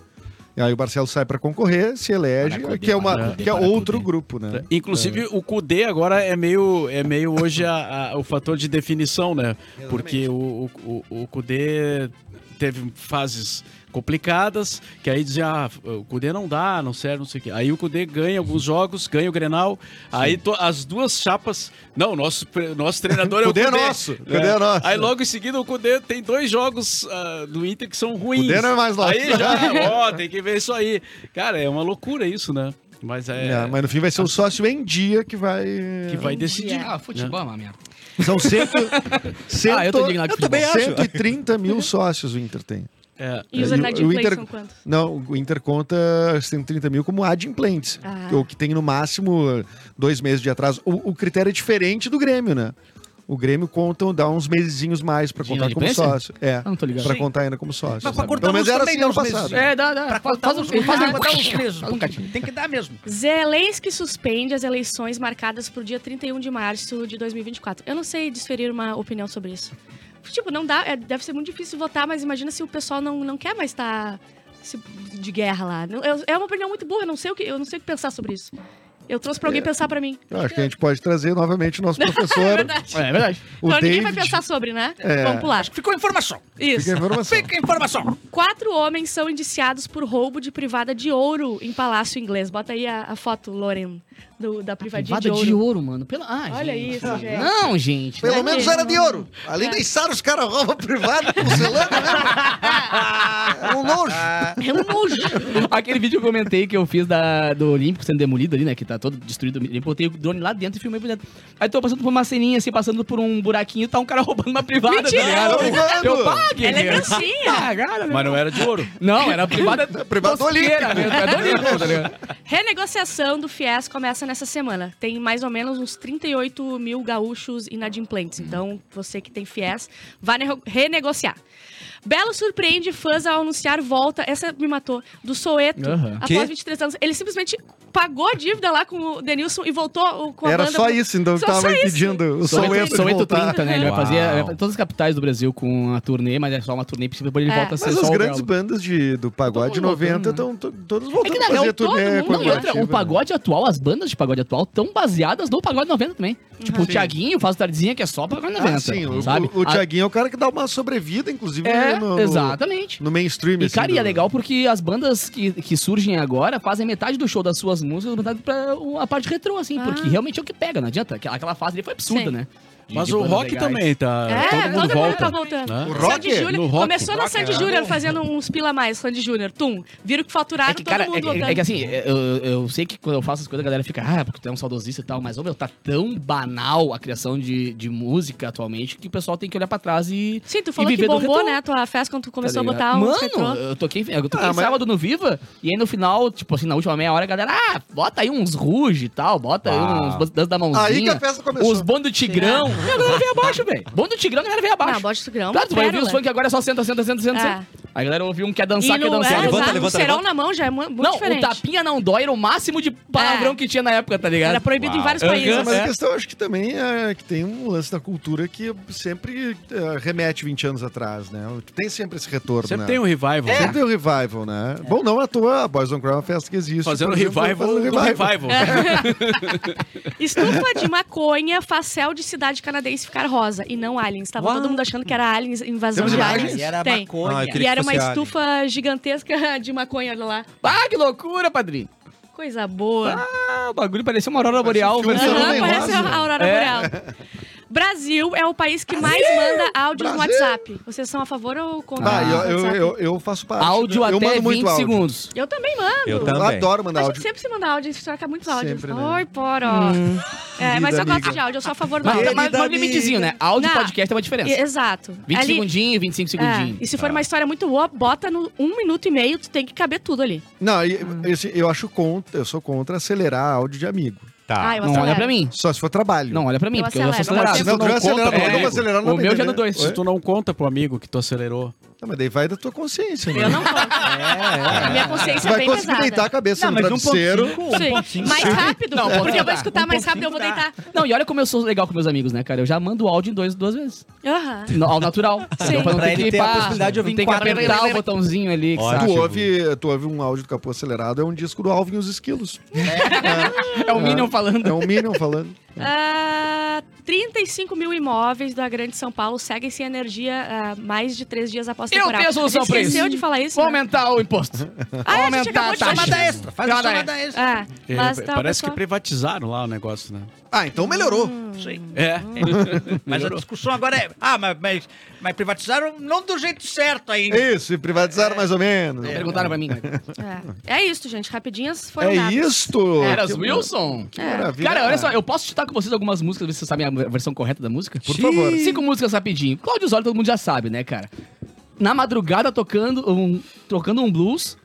B: E aí o Barcelos sai para concorrer, se elege,
A: Para Cudê,
B: que é, uma,
E: para Cudê,
B: que é
A: para
B: outro
A: Cudê.
B: grupo, né?
E: Inclusive, o Kudê agora é meio, é meio hoje a- a- o fator de definição, né? Porque o, o, o, o Kudê teve fases complicadas, que aí dizia, ah, o Kudê não dá, não serve, não sei o quê. Aí o Kudê ganha alguns
B: Uhum.
E: jogos, ganha o Grenal, aí to- as duas chapas, não, nosso, pre- nosso treinador é o
B: Kudê
E: Kudê.
B: é nosso, Kudê é nosso.
E: Aí logo em seguida o Kudê tem dois jogos ah, do Inter que são ruins.
B: Kudê não é mais nosso.
E: Aí já, ó, tem que ver isso aí. Cara, é uma loucura isso, né? Mas é...
B: É, mas no fim vai ser o sócio em dia que vai...
E: Que vai decidir.
A: Ah, futebol é uma merda.
B: São cento, cento,
A: Ah, eu tô indignado com
B: eu também
A: futebol.
B: 130 mil sócios o Inter tem.
E: É.
D: E os
B: E o- o
D: inadimplentes
B: Inter-
D: são quantos?
B: Não, o Inter conta 130 mil como adimplentes.
D: Ah.
B: O que tem no máximo eh, dois meses de atraso. O, o critério é diferente do Grêmio, né? O Grêmio conta, dá uns mesezinhos mais pra
A: De
B: contar como
A: inadimplência?
B: sócio. É,
A: Ah, não tô ligado.
B: pra
A: Sim.
B: contar ainda como sócio.
C: pra
B: sabe?
C: cortar
B: Pelo menos
C: uns
B: era
C: também
B: assim
C: dá
B: ano
C: uns meses.
B: passado.
C: É,
A: dá, dá.
C: Pra contar os meses. Pra contar os meses.
A: um Faz um catinho.
C: Tem que dar mesmo.
D: Zelensky suspende as eleições marcadas pro dia 31 de março de 2024. Eu não sei desferir uma opinião sobre isso. Tipo, não dá, é, deve ser muito difícil votar, mas imagina se o pessoal não, não quer mais estar se- de guerra lá. Não- eu- é uma opinião muito burra, eu não sei o que, eu não sei o que pensar sobre isso. Eu trouxe
B: É,
D: pra alguém pensar pra mim.
B: Eu acho que a gente pode trazer novamente o nosso
D: É
B: professor,
D: verdade.
A: É, é verdade.
B: o
D: então ninguém vai
B: David.
D: pensar sobre, né?
B: É.
D: Vamos pular.
C: Ficou informação.
D: Isso.
B: Fica a informação.
C: Fica informação.
D: Quatro homens são indiciados por roubo de privada de ouro em Palácio Inglês. Bota aí a, a foto, Loren. do- da privadinha de
A: Privada
D: ouro.
A: de ouro, mano. Pelo... Ah,
D: Olha
A: gente.
D: isso, gente.
A: Não, gente.
B: Pelo
A: né?
D: Não é
B: menos
D: mesmo,
B: era de
D: né?
B: ouro. Além da içar, os caras roubam privado, porcelana, né? É um nojo.
A: É um nojo. Aquele vídeo que eu comentei que eu fiz da, do Olímpico sendo demolido ali, né? Que tá todo destruído. Eu botei o drone lá dentro e filmei por dentro. Aí tô passando por uma ceninha, assim, passando por um buraquinho, tá um cara roubando uma privada,
D: Mentira!
A: tá ligado?
B: Roubando!
A: Eu pá,
D: Ela é
A: guerreiro.
D: gracinha.
A: Ah,
B: né?
A: cara, meu.
E: Mas não era de ouro.
A: Não, era privada.
B: Privada do
A: tosqueira
B: Olímpico.
A: mesmo, era do Olímpico, tá
B: né?
A: ligado?
D: Renegociação do FIES começa nessa semana. Tem mais ou menos uns 38 mil gaúchos inadimplentes. Então, você que tem FIES, vá nego- renegociar. Belo surpreende fãs ao anunciar volta, essa me matou, do Soeto,
A: Aham.
D: após
F: Quê?
D: 23 anos. Ele simplesmente pagou a dívida lá com o Denilson e voltou o- com a
B: Era
D: banda.
B: só isso, então, que
D: Só- só
B: tava
D: isso.
B: impedindo o
A: São
B: Soweto de voltar.
A: 30, né? Ele vai
F: Uau.
A: fazer, vai fazer todas as capitais do Brasil com a turnê, mas é só uma turnê, porque depois ele
D: É.
A: volta a ser
B: Mas
A: só
B: as
A: o
B: grandes
A: Belo.
B: bandas de, do pagode
A: Todo mundo
B: 90
A: voltando,
B: estão todos
A: É
B: voltando
A: que
B: a
A: na real,
B: fazer
A: todo
B: turnê
A: mundo. Não, e outra, o
B: comemorativa, né?
A: pagode atual, as bandas de pagode atual, estão baseadas no pagode 90 também. Tipo, o Tiaguinho faz tardezinha que é só pagode 90.
B: Ah, sim, o,
A: sabe?
B: o, o
A: A-
B: Thiaguinho é o cara que dá uma sobrevida, inclusive,
A: É,
B: no, no,
A: exatamente.
B: no mainstream.
A: E,
B: assim,
A: cara, e é
B: do-
A: legal porque as bandas que, que surgem agora fazem metade do show das suas músicas, metade pra o- a parte retrô, assim,
D: Ah.
A: porque realmente é o que pega, não adianta. Aquela, aquela fase ali foi absurda,
D: Sim.
A: né? De-
E: Mas
A: de
E: o
A: bandas
E: rock
A: legais.
E: também tá.
D: É,
E: todo mundo
D: tá
E: volta.
D: voltando.
E: né?
B: O
D: Sandy
B: rock?
D: Júnior.
E: No rock?
D: Começou na
C: Rock,
D: Sandy
C: é.
D: Júnior fazendo uns pila a mais, Sandy Júnior. Tum, viram que faturaram
A: É que,
D: Tá todo
A: cara, é,
D: mundo.
A: que- é que assim, eu, eu sei que quando eu faço as coisas, a galera fica, ah, porque tu é um saudosista e tal, mas, ô meu, tá tão banal a criação de, de música atualmente que o pessoal tem que olhar pra trás e.
D: Sim, tu
A: e
D: falou que
A: viver do
D: bombou,
A: retorno,
D: né? Tua festa quando tu começou a
A: tá
D: botar um
A: ligado?
D: uns
A: Mano,
D: retrô.
A: eu toquei, eu toquei
B: Ah, mas-
A: sábado no Viva e aí no final, tipo assim, na última meia hora, a galera, ah, bota aí uns ruge e tal, bota
F: Ah.
A: aí uns dança da mãozinha.
B: Aí que a festa começou.
A: Os bom do Tigrão. E a galera veio abaixo, velho. Bom do Tigrão, a galera veio
D: Não,
A: abaixo.
D: bote Ah, do grão.
A: Claro, tu vai ouvir
D: pérola.
A: os funk agora é só senta, senta, senta, senta.
D: É.
A: senta. A galera ouviu um quer
D: E
A: dançar, quer
D: no,
A: dançar.
D: é,
F: Levanta,
D: exato,
F: levanta,
D: um serão
F: levanta.
D: na mão já é mu- muito
A: Não,
D: diferente.
A: o tapinha não dói era o máximo de palavrão
D: É.
A: que tinha na época, tá ligado?
D: Era proibido em
F: Uau.
D: vários
A: Aham.
D: países.
B: Mas a
E: É.
B: questão acho que também é que tem um lance da cultura que sempre eh, remete 20 anos atrás, né? Tem sempre esse retorno,
E: Sempre
B: né?
E: tem um revival.
B: Sempre
E: né?
B: tem o revival, né? Bom, não à toa, a Boys on Crown é uma festa que existe.
E: Fazendo
B: por exemplo,
E: revival
B: fazendo
E: do revival.
D: É. Estufa de maconha faz céu de cidade canadense ficar rosa. E não aliens. Tava todo mundo achando que era aliens, invasão
B: Temos
D: de
B: imagens?
D: aliens.
C: E era
D: Tem.
C: maconha.
F: Ah, eu queria
D: E
F: que
D: era uma
F: fosse alien.
D: estufa gigantesca de maconha, olha lá.
A: Ah, que loucura, padrinho.
D: Coisa boa.
A: Ah, o bagulho parecia uma aurora
B: Parece um
A: boreal.
B: filme
A: versão-
B: de
D: Aham,
B: Rosa.
D: parece a Aurora
A: É.
D: Boreal. Brasil é o país que mais manda áudios no
B: Brasil!
D: WhatsApp. Vocês são a favor ou contra?
B: Ah,
D: o
B: eu, eu,
D: WhatsApp?
B: eu, eu faço parte.
A: Áudio
B: eu
A: até
B: mando
A: 20
B: muito áudio.
A: segundos.
D: Eu também mando.
F: Eu
B: Eu
F: também.
B: adoro
D: A
B: mandar
D: gente
B: áudio.
D: sempre se manda áudio, a gente troca muitos áudios.
B: Sempre, né?
D: Oi, poró. é,
B: Querida
D: mas eu gosto
B: amiga.
D: de áudio, eu sou a favor do
A: Hum. Mas, mas,
D: áudio.
A: mas
C: Querida
A: um limitezinho, né? Áudio e
D: Não.
A: podcast é uma diferença.
D: E- Exato.
A: 20
D: Ali-
A: segundinho, 25 segundinho. Tá.
D: É, e se for uma história muito boa, bota no um minuto e meio, tu tem que caber tudo ali.
B: Não, e- esse- eu acho contra, eu sou contra acelerar áudio de amigo.
F: Tá.
D: Ah, eu
A: Não olha
D: acelero.
A: pra mim.
B: Só se for trabalho.
A: Não olha pra mim,
D: Eu
A: porque eu sou
D: acelero.
A: acelerado.
B: Se não,
E: não
B: tu é acelerado,
E: conta,
B: não,
E: é,
B: vamos acelerar
A: o meu já
B: é
A: no dois.
E: Se tu não conta pro amigo que tu acelerou.
B: mas daí vai da tua consciência, né?
D: Eu não conto. A minha consciência
B: Tu
D: é
B: vai
D: bem
B: conseguir
D: pesada.
B: deitar um a cabeça
C: Não,
B: no
A: um
C: mas
B: travesseiro.
C: 1.5,
D: Sim. tá.
C: 1.5.
D: Mais rápido,
A: Não, um
D: porque eu vou
A: dá.
D: escutar mais rápido, eu vou
C: 1.5 dá.
D: deitar.
A: Não, e olha como eu sou legal com meus amigos, né, cara? Eu já mando o áudio em dois, duas vezes.
D: Aham.
A: No- Ao natural. Então, pra não
C: Pra
A: ter
C: ele
A: que,
C: ter a
A: pá,
C: possibilidade de
A: não
C: ouvir
A: ter
C: em
A: que
C: quatro
A: apertar o
C: vezes.
A: botãozinho ali. que
F: Ótimo.
A: saco.
B: Tu ouve, tu ouve um áudio do capô acelerado, é um disco do Alvin e os Esquilos.
A: É o Minion falando.
B: É um Minion falando.
D: Ah, 35 mil imóveis da Grande São Paulo seguem sem energia ah, mais de três dias após
A: Eu
D: temporal.
A: tenho a solução
D: A gente
A: pra
D: esqueceu
A: isso.
D: de falar isso,
A: Vou
D: né?
A: aumentar o imposto.
D: Ah,
A: Vou
D: a gente acabou de falar
A: taxa.
D: disso.
C: Chamada extra, faz a
A: Chamada
C: chamada extra.
D: Ah,
E: É,
D: mas tá,
E: parece
D: pessoal.
E: que privatizaram lá o negócio, né?
B: Ah, então melhorou.
E: É.
C: Mas a discussão agora é. Ah, mas, mas, mas privatizaram não do jeito certo ainda.
B: Isso, e privatizaram mais ou menos.
A: Perguntaram pra mim. né?
D: É. É isso, gente. Rapidinhas foram
B: É
D: dadas.
B: isto!
A: Eras
B: Que-
A: Wilson.
B: Que maravilha.
A: Cara, olha só, eu posso citar com vocês algumas músicas, ver se vocês sabem a versão correta da música?
B: Por favor.
A: Cinco músicas rapidinho. Cláudio Zoli, todo mundo já sabe, né, cara? Na madrugada tocando um, tocando um blues,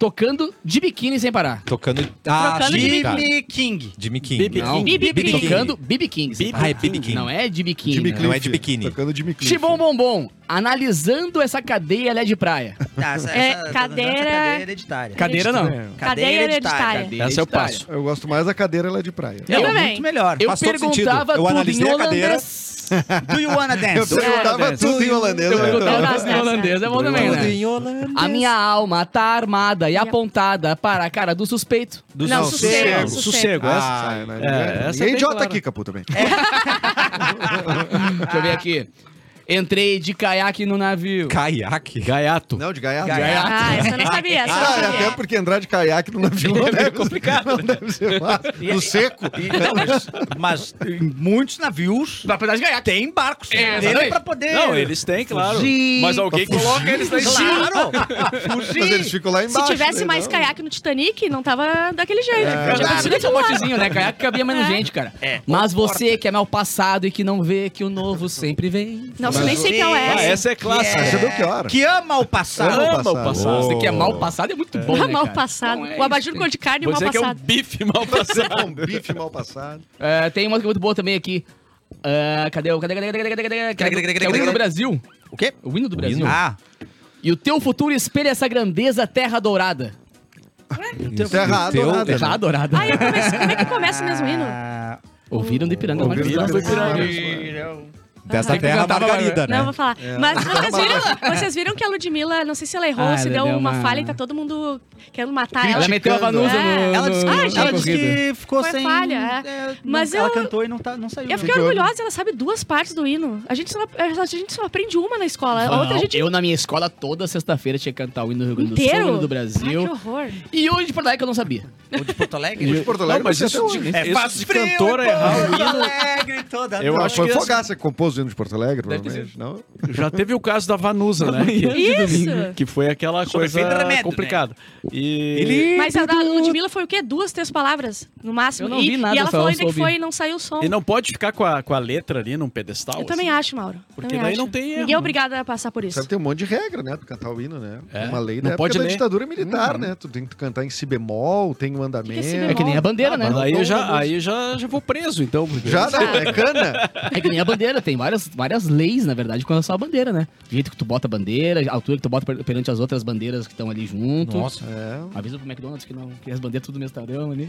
A: tocando de biquíni sem parar.
F: Tocando. Ah,
A: tá
D: Trocando de
F: Jimmy, cara.
C: Jimmy King.
F: Jimmy King.
E: Bibi
A: Não,
E: King.
A: BB
F: Bibi King.
A: tocando BB King. sem
E: Bibi
A: parar.
F: Ah, é BB King.
A: Não é de biquíni.
B: Jimmy
A: né?
F: Não é
B: Cliff,
F: de biquíni.
B: Tocando Jimmy Cliff.
A: Chibom Bombom, analisando essa cadeia ali de praia.
C: Tá, essa,
D: É,
C: essa- essa
D: cadeira-
C: cadeira hereditária.
A: Cadeira não.
B: É.
D: Cadeia hereditária.
A: Cadeira
E: Essa eu
A: hereditária.
E: passo.
B: Eu gosto mais da cadeira lá de praia.
D: Eu
A: Não,
D: também.
C: É Muito melhor.
A: Eu
F: Faz todo
A: perguntava
F: sentido. Eu
A: tudo em
F: analisei a cadeira.
A: holandês.
C: Do you wanna
B: Eu
C: dance?
B: perguntava
E: holandês.
B: tudo em holandês.
A: Eu
B: né?
A: perguntava
D: gosto
A: tudo em
D: dessa.
A: holandês, é bom também, né? A minha alma tá armada e apontada para a cara do suspeito.
E: Do
D: Não,
E: sossego.
D: sossego, sossego.
E: Sossego, essa.
B: Ah,
E: É,
B: né?
E: essa
B: Ninguém
E: é
B: é
E: bem
B: idiota
E: clara.
B: aqui, Capu, também.
A: Deixa eu ver aqui. Entrei de caiaque no navio.
F: Caiaque?
E: Gaiato.
B: Não, de gaiato.
F: Gaiato.
D: Ah, essa eu não sabia. Essa eu não
B: Ah,
D: sabia.
B: até porque entrar de caiaque no navio não deve, complicado, não deve ser fácil. No seco.
C: E- não, mas, mas em muitos navios
A: Na verdade, caiaque.
C: tem barcos
A: É,
C: dele
A: exatamente.
C: pra poder.
E: Não, eles têm, claro.
C: Fugir.
E: Mas alguém coloca eles lá em cima.
C: Claro!
B: Mas eles ficam lá embaixo.
D: Se tivesse
B: né,
D: mais
B: não?
D: caiaque no Titanic, não tava daquele jeito.
A: Eu já pensei nesse
D: Tinha acontecido outro lado.
A: botezinho, né? Caiaque cabia menos
D: É.
A: gente, cara. Mas você que é mal passado e que não vê que o novo sempre vem.
D: Nossa, eu nem sei qual é
E: Ah,
D: essa.
E: essa é clássica.
B: Essa deu que hora?
C: Que ama o passado.
B: Ama.
E: Ama o passado.
A: Você que é mal passado é muito bom, né,
D: Ah, mal
A: cara?
D: passado.
A: Então é
D: o abajur
A: isso,
D: cor de carne e o
E: Vou
D: mal
E: dizer que é um
D: passado.
E: bife mal passado.
B: Um bife mal passado.
A: É, tem uma que é muito boa também aqui. Ah, cadê o. Cadê, cadê, cadê, cadê, cadê, cadê? Que é do- que é o hino do Brasil.
C: O quê?
A: O hino do Brasil.
C: Ah,
A: E o teu futuro espelha essa grandeza terra dourada.
B: Isso é errado, nada, né?
A: Terra dourada.
D: Ah, eu comecei- como é que começa mesmo o hino?
C: Ah,
A: Ouviram do Ipiranga.
B: Ouviram
A: Ouviram
B: do
A: do
B: Ipiranga.
F: Dessa
A: Tem que
F: terra
A: cantar,
F: margarida,
D: Não, eu
F: né?
D: vou falar. Mas vocês viram, vocês viram que a Ludmilla, não sei se ela errou,
A: Ah,
D: se
A: ela
D: deu
A: deu
D: uma,
A: uma-
D: falha e tá todo mundo querendo matar ela.
A: Ela meteu a Vanusa
D: É.
A: no.
C: ela disse que,
A: no-
D: Ah,
A: na
D: gente.
C: ela disse
A: corrida.
C: que ficou
D: Foi
C: sem.
D: falha, é.
C: não-
D: Mas
C: ela
D: eu-
C: cantou e não, tá, não saiu.
D: Eu fiquei
B: Ficou.
D: orgulhosa, ela sabe duas partes do hino. A gente só, a gente só aprende uma na escola. A
A: Não,
D: outra a gente
A: Eu, na minha escola, toda sexta-feira tinha que cantar o hino do Rio Grande do Sul, o
D: inteiro.
A: hino do
D: Ah,
A: Brasil.
D: que horror.
A: E hoje de Porto Alegre eu não sabia.
C: O de Porto Alegre?
B: O de Porto Alegre um
E: Não, mas
B: vai ser
E: isso
B: até hoje.
E: de,
C: É,
E: isso
C: faz
E: de
C: frio em
E: cantora errar o
C: Porto
E: hino.
C: Alegre toda
E: Eu
C: noite.
B: é Acho que foi um
E: que é essa-
B: Fogaça que compôs o hino de Porto Alegre, provavelmente. Não?
E: Já teve o caso da Vanusa, né? Que,
D: Isso.
E: que foi aquela coisa
C: efeito do remédio,
E: complicada. E
D: Mas a da Ludmilla foi o quê? Duas, três palavras, no máximo.
A: Eu não
D: e,
A: vi nada,
D: e ela
A: só
D: falou ainda
A: soube.
D: que foi e não saiu o som.
E: E não pode ficar com a, com a letra ali num pedestal. assim?
D: Eu também acho, Mauro.
E: Porque
D: também
E: daí
D: acho.
E: não tem erro,
D: Ninguém
E: né?
D: é obrigado a passar por isso.
B: Sabe, tem um monte de regra, né? Pra cantar o hino, né?
E: É,
B: Uma lei
E: não
B: da
E: pode
B: época da
E: ler.
B: ditadura militar, né? Tu tem que cantar em si bemol, tem um andamento.
A: Uhum. É que nem a bandeira, né?
E: Mas aí eu já,
B: Vanusa.
E: aí eu já, já vou preso, então. porque-
B: Já não, é cana.
A: É que nem a bandeira, tem várias, várias leis, na verdade, com relação à bandeira, né? O jeito que tu bota a bandeira, a altura que tu bota per- perante as outras bandeiras que estão ali junto.
B: É.
A: Avisa pro McDonald's que não, que as bandeiras tudo do mesmo tamanho ali.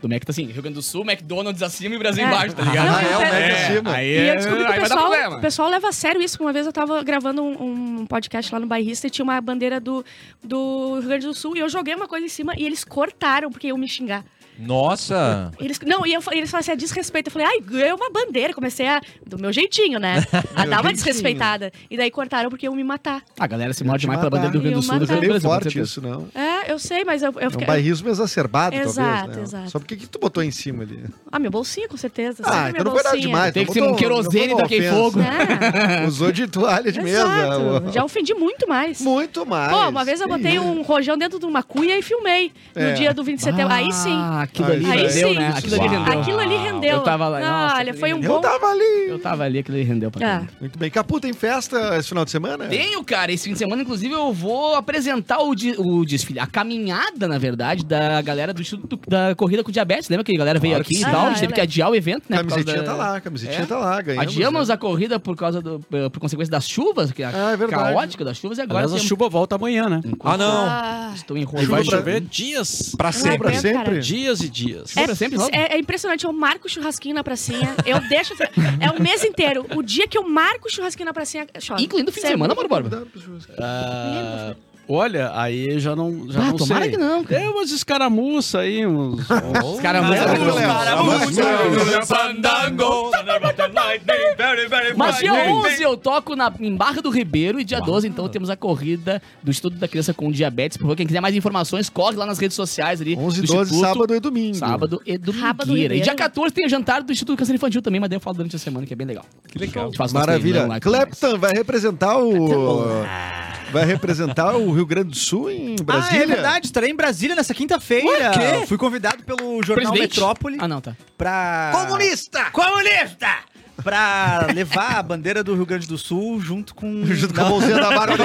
A: Do Mac tá assim, Rio Grande do Sul, McDonald's acima e Brasil
D: É.
A: embaixo, tá ligado?
B: Ah,
D: Não,
B: é o
D: eu-
B: Mac acima.
E: Aí
D: E
E: é-
D: eu descobri que
A: aí
D: o
A: vai dar
D: pessoal,
A: problema.
D: o pessoal leva a sério isso. Uma vez eu tava gravando um, um podcast lá no bairrista e tinha uma bandeira do, do Rio Grande do Sul e eu joguei uma coisa em cima e eles cortaram porque iam me xingar.
F: Nossa!
D: Eles, não, e eu fa- eles falaram assim, é desrespeito. Eu falei, ai, é uma bandeira. Comecei a, do meu jeitinho, né? A dar uma desrespeitada. E daí cortaram porque iam me matar.
A: A galera se
B: Eu
A: morde
B: te
A: mais pela
B: matar.
A: bandeira do Rio Grande do Sul do
D: Eu
A: que do
B: É meio
A: Brasil. com
B: forte
A: certeza.
B: isso, não.
D: É, eu sei, mas eu, eu
B: É um
D: fiquei...
B: bairrismo exacerbado,
D: Exato,
B: talvez. Né?
D: exato.
B: Só porque que tu botou em cima ali?
D: Ah, meu bolsinho, com certeza.
B: Ah, então
D: Sempre minha
B: não foi nada
D: bolsinha.
B: demais.
A: Tem
B: então
A: que ser um
B: botou-
A: querosene
B: botou uma
A: taquei
B: ofensa.
A: fogo.
D: É,
B: Usou de toalha de mesa.
D: exato.
B: o-
D: Já ofendi muito mais.
B: Muito
A: Ah,
B: mais.
D: Pô, uma vez eu
B: Que
D: botei
B: isso.
D: um rojão dentro de uma cuia e filmei
B: É.
D: no dia do 20 de setembro. Aí sim.
A: Ah, aquilo ali
B: Aí
A: rendeu,
D: sim.
A: né? Aquilo ali
F: Uau.
A: rendeu.
D: Aquilo ali rendeu.
A: Eu tava lá, nossa,
D: Olha,
A: aquilo
D: foi um
A: ali
B: Eu
D: bom.
B: tava ali.
A: Eu tava então. ali, aquilo ali rendeu pra caramba.
D: Ah,
B: Muito bem. Capu, tem festa esse final de semana?
A: Tenho, cara. Esse fim de semana, inclusive, eu vou apresentar o, de- o desfile, a caminhada, na verdade, da galera do Instituto da Corrida com Diabetes. Lembra que a galera veio aqui e
D: sim.
A: tal? A gente
D: Ah,
A: teve
D: eu
A: que adiar o evento, né?
B: A
A: por causa
B: camisetinha
A: da-
B: tá lá, a camisetinha
A: É.
B: tá lá, ganhamos.
A: Adiamos
B: né?
A: a corrida por causa do, eh, por consequência das chuvas, que é
B: Ah, é verdade.
A: caótica das chuvas, e agora
E: Aliás, a
A: temos- um
E: chuva volta amanhã, né?
F: Ah, não!
D: ah.
A: estou
E: E
A: enrolando.
E: vai
B: pra-
E: chover dias.
F: Pra
D: não
B: Pra
F: sempre.
D: aguento,
B: sempre?
D: cara.
E: Dias e dias.
A: Pra sempre, logo.
D: É, é, é impressionante, eu marco o churrasquinho na pracinha, eu deixo. É o mês inteiro. O dia que eu marco o churrasquinho na pracinha, chove.
A: Incluindo o fim de
D: Sério.
A: semana, Mauro Borba.
E: Ah, olha, aí eu já não, já
A: Ah,
E: não
A: tomara
E: sei.
A: que não, cara.
E: É umas escaramuças aí, uns...
A: Os caras mandam- Mas dia 11 eu toco na, em Barra do Ribeiro e dia 12 então temos a corrida do Estudo da Criança com Diabetes. Por favor, quem quiser mais informações, corre lá nas redes sociais ali.
B: 11
A: do
B: 12,
A: Instituto.
B: sábado e domingo.
A: Sábado e
D: Raba do
A: domingueira. E dia
D: Ribeiro.
A: 14 tem jantar do Instituto Câncer Infantil também, mas daí eu falo durante a semana, que é bem legal. Que legal.
B: Maravilha. Clapton vai representar o. Vai representar o Rio Grande do Sul em Brasília.
C: Ah, é verdade, estarei em Brasília nessa quinta-feira. Fui convidado pelo jornal
A: Presidente?
C: Metrópole
A: Ah, não, tá.
C: pra.
B: Comunista!
C: Comunista! Pra levar a bandeira do Rio Grande do Sul junto com.
B: Junto com a bolsinha da Bárbara.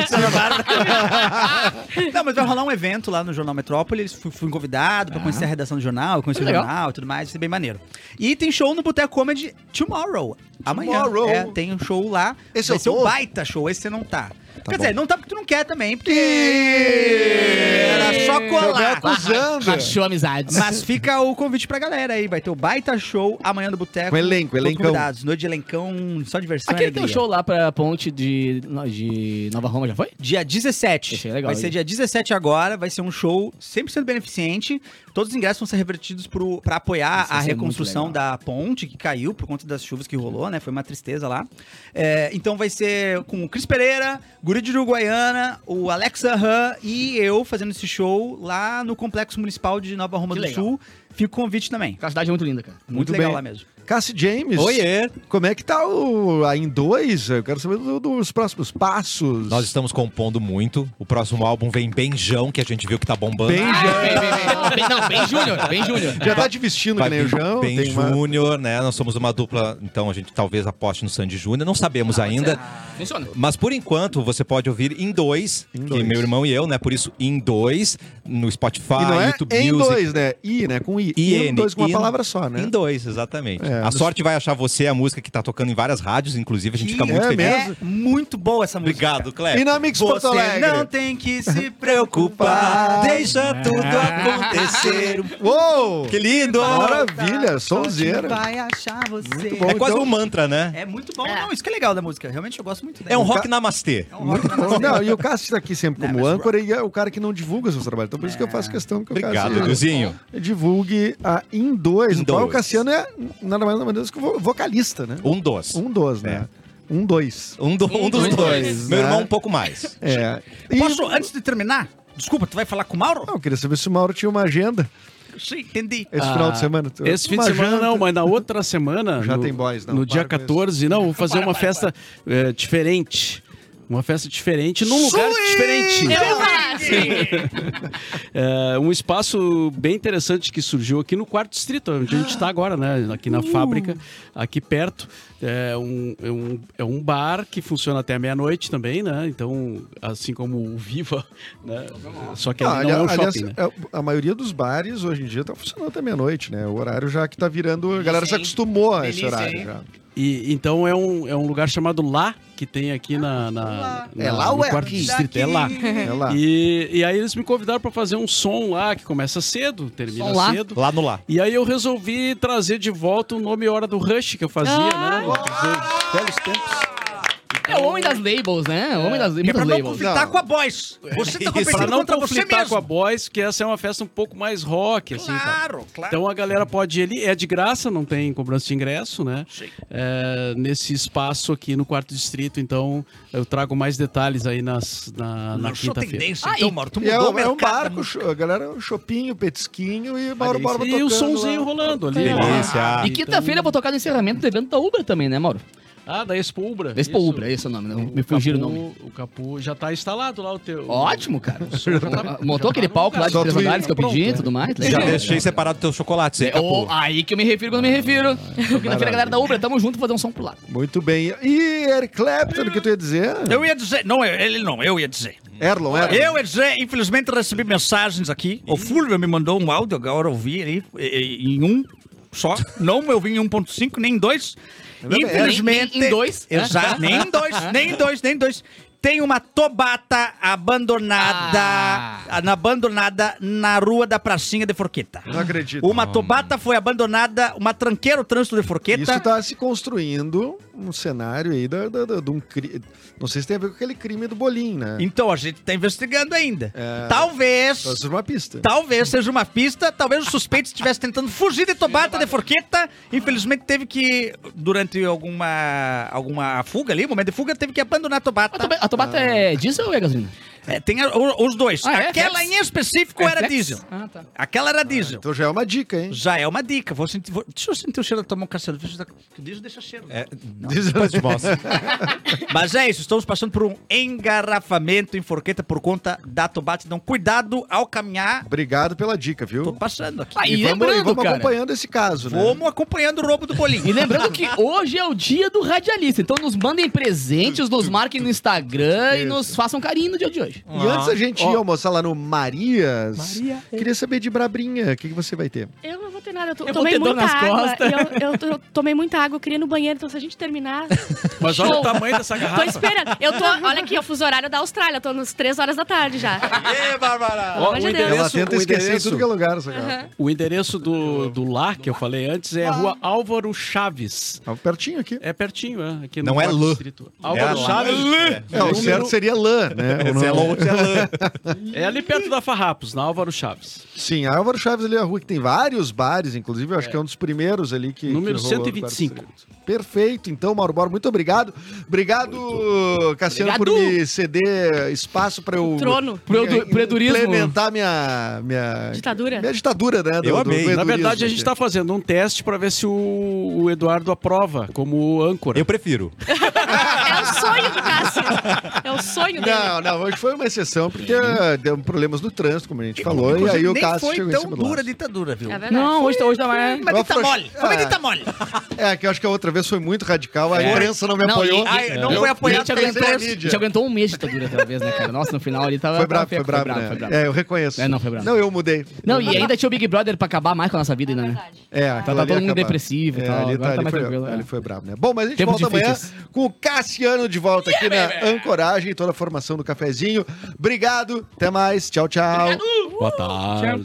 C: Não, mas vai rolar um evento lá no Jornal Metrópole. Eles fui, fui convidado pra
B: Ah.
C: conhecer a redação do jornal, conhecer o
A: Legal.
C: jornal e tudo mais. Vai ser bem maneiro. E tem show no Boteco Comedy tomorrow. Amanhã.
B: Tomorrow.
C: É, tem um show lá.
B: Esse
C: vai
B: eu
C: ser um
B: tô?
C: baita show. Esse você não tá.
F: Tá
C: Quer
F: bom.
C: dizer, não tá porque tu não quer também, porque.
B: Era
C: Era só colar.
B: acusando.
A: Achou amizades.
C: Mas fica o convite pra galera aí. Vai ter o baita show amanhã do Boteco.
B: Com elenco,
C: Todos
B: elencão.
C: Convidados. Noite de elencão, só diversão. e
A: Aquele teu
C: alegria.
A: show lá pra ponte de, de Nova Roma já foi?
C: Dia 17.
A: Esse é legal,
C: vai ser
A: hein?
C: dia 17 agora, vai ser um show 100% beneficente. Todos os ingressos vão ser revertidos pro- pra apoiar
A: Isso vai
C: a
A: ser
C: reconstrução
A: muito
C: da ponte que caiu por conta das chuvas que rolou, né? Foi uma tristeza lá. É, então vai ser com o Cris Pereira, Guri de Uruguaiana, o Alex Han e eu fazendo esse show lá no Complexo Municipal de Nova Roma
A: Que
C: do
A: legal.
C: Sul. Fica o convite também.
A: Aquela cidade é muito linda, cara.
C: Muito,
B: Muito
C: legal
B: bem.
C: lá mesmo.
B: Cassie James.
F: Oiê!
B: Como é que tá o a em 2? Eu quero saber do- dos próximos passos.
F: Nós estamos compondo muito. O próximo álbum vem Benjão, que a gente viu que tá bombando.
B: Bem,
A: Ah,
B: já,
A: bem, bem, bem. Bem- Não, bem Júnior, bem Júnior.
B: já tá te vestindo que
F: Vai
B: nem o
F: vir
B: João.
F: Ben
B: tem uma-
F: Júnior, né? Nós somos uma dupla, então a gente talvez aposte no Sandy Júnior. Não sabemos ainda.
A: Funciona.
F: Mas por enquanto, você pode ouvir em dois,
B: Em
F: que
B: dois.
F: meu irmão e eu, né? Por isso, em dois, no Spotify,
B: E não é
F: YouTube
B: em
F: Music.
B: dois, né? I, né? Com I.
F: IN,
B: em dois com uma
F: in-
B: palavra só, né?
F: Em dois, exatamente.
B: É,
F: a
B: mas-
F: sorte vai achar você a música que tá tocando em várias rádios, inclusive, a gente fica
C: Que
F: muito
B: é
F: feliz.
B: mesmo?
C: É muito boa essa música.
F: Obrigado, Cleber.
B: E na Mix Porto
C: Você
B: Alegre.
C: não tem que se preocupar, deixa tudo
F: Ah.
C: acontecer.
B: Uou!
F: Que lindo!
B: Maravilha, sonzeira.
C: Só te vai achar você.
B: Muito bom.
F: É quase
B: então-
F: um mantra, né?
C: É muito bom. Não, isso que é legal da música. Realmente eu gosto muito dela.
F: É um rock namastê.
C: É um rock na
B: Bom,
C: nossa
B: Não,
C: vida.
B: e o Cássio tá aqui sempre
C: Não,
B: como
C: mas- É.
B: âncora e é o cara que não divulga seus trabalhos. Então por isso que eu faço questão que o
F: Obrigado,
B: Cássio
F: Eduzinho.
B: divulgue a Em 2.
F: Em
B: O Paulo
F: dois.
B: Cassiano é nada mais nada menos que vo- vocalista, né?
F: Um dos.
B: Um dos, né?
E: É.
B: Um dois.
F: Um, do- um dos
A: dos
F: dois.
A: dois,
F: Meu
B: né?
F: irmão um pouco mais.
B: É. E-
C: Posso, antes de terminar, desculpa, tu vai falar com o Mauro?
B: Não, eu queria saber se o Mauro tinha uma agenda
C: Sim, entendi.
B: esse
A: Ah,
B: final de semana.
E: Esse fim
B: Uma
E: de semana
B: janta.
E: não, mas na outra semana.
B: Já
E: no,
B: tem boys, não,
E: No
B: para
E: dia
B: com isso.
E: 14, não, vou fazer uma festa eh, diferente. Uma festa diferente, num lugar diferente. É, um espaço bem interessante que surgiu aqui no quarto distrito, onde a gente está agora, né? Aqui
B: Uh!
E: na fábrica, aqui perto. É um, é, um, é um bar que funciona até a meia-noite também, né? Então, assim como o Viva, né? Só que
B: Ah,
E: ali não é um
B: aliás,
E: shopping, né?
B: é, a maioria dos bares hoje em dia tá funcionando até meia-noite, né? O horário já que tá virando. A galera se
C: hein?
B: acostumou a esse
C: Delícia,
B: horário
C: hein?
B: já.
E: E, então é um, é um lugar chamado Lá, que tem aqui na, na, na-
B: É lá
E: no
B: ou é
E: quarto
B: aqui?
E: distrito. É lá.
B: É lá.
E: E, e aí eles me convidaram para fazer um som lá, que começa cedo, termina
A: Som lá?
E: cedo.
F: Lá no lá.
E: E aí eu resolvi trazer de volta o nome e Hora do Rush que eu fazia,
D: Ah!
E: né? Fazer Velhos tempos.
A: É o homem das labels, né? O homem das
C: É
A: muitas
C: pra não
A: labels.
C: conflitar
B: Não.
C: com a Boys. Você tá
F: Isso,
E: Pra
C: competindo
E: não
C: contra você
E: conflitar com a
C: mesmo.
E: Boys, que essa é uma festa um pouco mais rock, assim. e tal.
C: Claro, claro.
E: Então a galera pode ir ali, é de graça, não tem cobrança de ingresso, né? É, nesse espaço aqui no quarto distrito, então eu trago mais detalhes aí nas, na, na
C: Não, só
E: quinta-feira.
C: tendência,
A: Ah,
C: então,
A: e-
C: Mauro. Tu
B: E é,
C: mudou o
B: um- é um
C: mercado.
B: barco, cho- a galera, um chopinho, petisquinho e Mauro Borba
E: E
B: tocando
E: o somzinho
B: lá.
E: rolando ali.
F: Delícia.
A: E quinta-feira eu vou tocar no encerramento do evento da Ubra também, né, Mauro?
E: Ah, da Expo Ubra.
A: Vespa
E: isso.
A: Ubra, esse é o nome. Não, me fugiram o
E: Capu-
A: nome.
E: O Capu já tá instalado lá o teu.
A: Ótimo, cara.
E: O som já tá-
A: Montou
E: já
A: aquele
E: tá no
A: palco lá de
E: lugar.
B: Só
A: três
B: tu ir,
A: andares que eu
E: pronto,
A: pedi e
E: é.
A: tudo mais.
F: Já
A: legal.
F: deixei separado teu chocolate, você
A: É, ô,
F: acabou.
A: aí que eu me refiro quando me
E: Ah,
A: refiro. Quinta-feira, galera da Ubra, tamo junto, fazer um som pro lado.
B: Muito bem. E Eric Clapton, o que tu ia dizer?
C: Eu ia dizer, não, é, ele não, eu ia dizer.
B: Erlon, Erlon.
C: Eu ia dizer, infelizmente recebi mensagens aqui. O Fulvio me mandou um áudio, agora eu ouvi ali e- e- em um só. Não eu vi em 1.5, nem em dois.
B: mesmo?
C: Infelizmente.
A: Nem em dois, né?
C: Exato, nem em dois, nem em dois, nem em dois. Tem uma tobata abandonada,
A: Ah.
C: a- abandonada na rua da Pracinha de Forqueta.
B: Não acredito.
C: Uma tobata foi abandonada, uma tranqueira o trânsito de Forqueta.
B: Isso tá se construindo um cenário aí da, da- da- de um crime. Não sei se tem a ver com aquele crime do bolinho, né?
C: Então a gente tá investigando ainda.
B: É.
C: Talvez.
B: Só se for uma pista.
C: Talvez seja uma pista, talvez o suspeito estivesse tentando fugir de Tobata de Forqueta. Infelizmente teve que, durante alguma, alguma fuga ali, um momento de fuga, teve que abandonar
A: A
C: Tobata.
A: Toba- A Tobata
E: Ah.
A: é diesel ou é gasolina?
C: É, tem a- o- os dois.
A: Ah, é?
C: Aquela
A: Flex?
C: em específico
A: É
C: era
A: flex?
C: diesel.
A: Ah, tá.
C: Aquela era diesel.
B: Então já é uma dica, hein?
C: Já é uma dica. Vou sentir, vou- deixa eu sentir o cheiro de tomar um cacete. Deixa eu dar- que O diesel deixa cheiro.
F: É, depois te mostro.
C: Mas é isso, estamos passando por um engarrafamento em Forqueta por conta da Tobata. Então cuidado ao caminhar.
B: Obrigado pela dica, viu?
C: Tô passando aqui.
A: Ah, e
B: vamos,
A: lembrando,
B: vamos
A: cara.
B: acompanhando esse caso, né?
C: Vamos acompanhando o roubo do bolinho.
A: E lembrando que hoje é o dia do radialista. Então nos mandem presentes, nos marquem no Instagram e nos façam carinho no dia de hoje.
B: E antes a gente ir almoçar lá no Marias, queria saber de Brabrinha, o que, que você vai ter?
D: Eu não vou tem nada. Eu, to-
A: Eu vou
D: tomei
A: ter dor
D: muita
A: nas
D: água.
A: costas.
D: e Eu, eu to- eu tomei muita água, eu queria ir no banheiro, então se a gente terminar.
E: Mas olha o tamanho dessa
D: Tô
A: Ah.
E: garrafa.
D: esperando. Eu tô. Olha aqui, eu fuso horário da Austrália, eu tô nas 3 horas da tarde já.
F: Ê, Bárbara!
D: Pelo amor de
E: o
D: Deus.
B: Ela
E: endereço,
B: tenta
E: o
B: esquecer
E: endereço,
B: tudo que é lugar, essa garrafa.
E: o endereço do, do lar que eu falei antes é a rua
B: Ah.
E: Álvaro Chaves.
B: Tava pertinho aqui.
E: É pertinho, é. Aqui no
F: Não é
E: quarto
F: Lã.
E: distrito. Álvaro Chaves.
B: É, o certo seria lã, né? O
F: Esse é
B: nome.
F: longe, é lã.
E: É ali perto da Farrapos, na Álvaro Chaves.
B: Sim, a Álvaro Chaves ali é a rua que tem vários bares, inclusive, eu acho que é um dos primeiros ali que.
E: Número
B: que rolou no
E: 125.
B: quarto distrito. Perfeito, então, Mauro Borba, muito obrigado. Obrigado, Cassiano, por
A: Obrigado.
B: me ceder espaço para eu.
D: Trono.
A: Pro edu- pro edurismo.
B: Implementar minha. minha
D: Ditadura.
B: Minha ditadura, né?
F: Eu amei.
E: Na
B: edurismo
E: verdade, a gente
B: aqui.
E: está fazendo um teste para ver se o, o Eduardo aprova como âncora.
F: Eu prefiro.
D: É o sonho do Cássio. É o sonho dele.
B: Não, não, hoje foi uma exceção, porque eh, deu problemas no trânsito, como a gente falou, e
G: Inclusive,
B: aí o
G: nem
B: Cássio
G: foi
B: chegou em
G: tão
B: cima do
G: dura a
B: laço.
G: ditadura, viu?
D: É verdade.
A: Não, hoje, tá- hoje tá mais.
G: Mas
B: Uma
G: dita
B: frouxa-
G: mole. Foi uma
B: Ah.
G: dita mole.
B: É, que eu acho que a outra vez foi muito radical, a
E: É.
B: imprensa não me
A: Não,
B: apoiou.
A: e-
G: Ai, não
B: Eu-
G: foi
A: A
G: apoiado
B: gente
A: gente, aguentou,
B: pela
A: a
B: mídia.
A: gente aguentou um mês de ditadura aquela vez, né, cara? Nossa, no final ali tava.
B: Foi
A: tava
B: bravo,
A: feio,
B: foi bravo, né?
A: foi bravo.
B: É, eu reconheço.
A: É, não, foi bravo.
B: Não, eu mudei.
A: Não, e ainda tinha o Big Brother pra acabar mais com a nossa vida ainda, né?
B: É,
A: Tá,
B: aquilo
A: tá
B: ali
A: todo mundo
B: acabava.
A: depressivo e
B: É,
A: tal.
B: ali,
A: Agora
B: tá,
A: tá
B: ali,
A: mais
B: foi,
A: tranquilo.
B: ali
A: né?
B: foi brabo, né? Bom, mas a gente
A: Tempos
B: volta amanhã
A: difíceis.
B: com o Cassiano de volta aqui na Ancoragem, toda a formação do cafezinho. Obrigado, até mais. Tchau, tchau.
E: Boa tarde.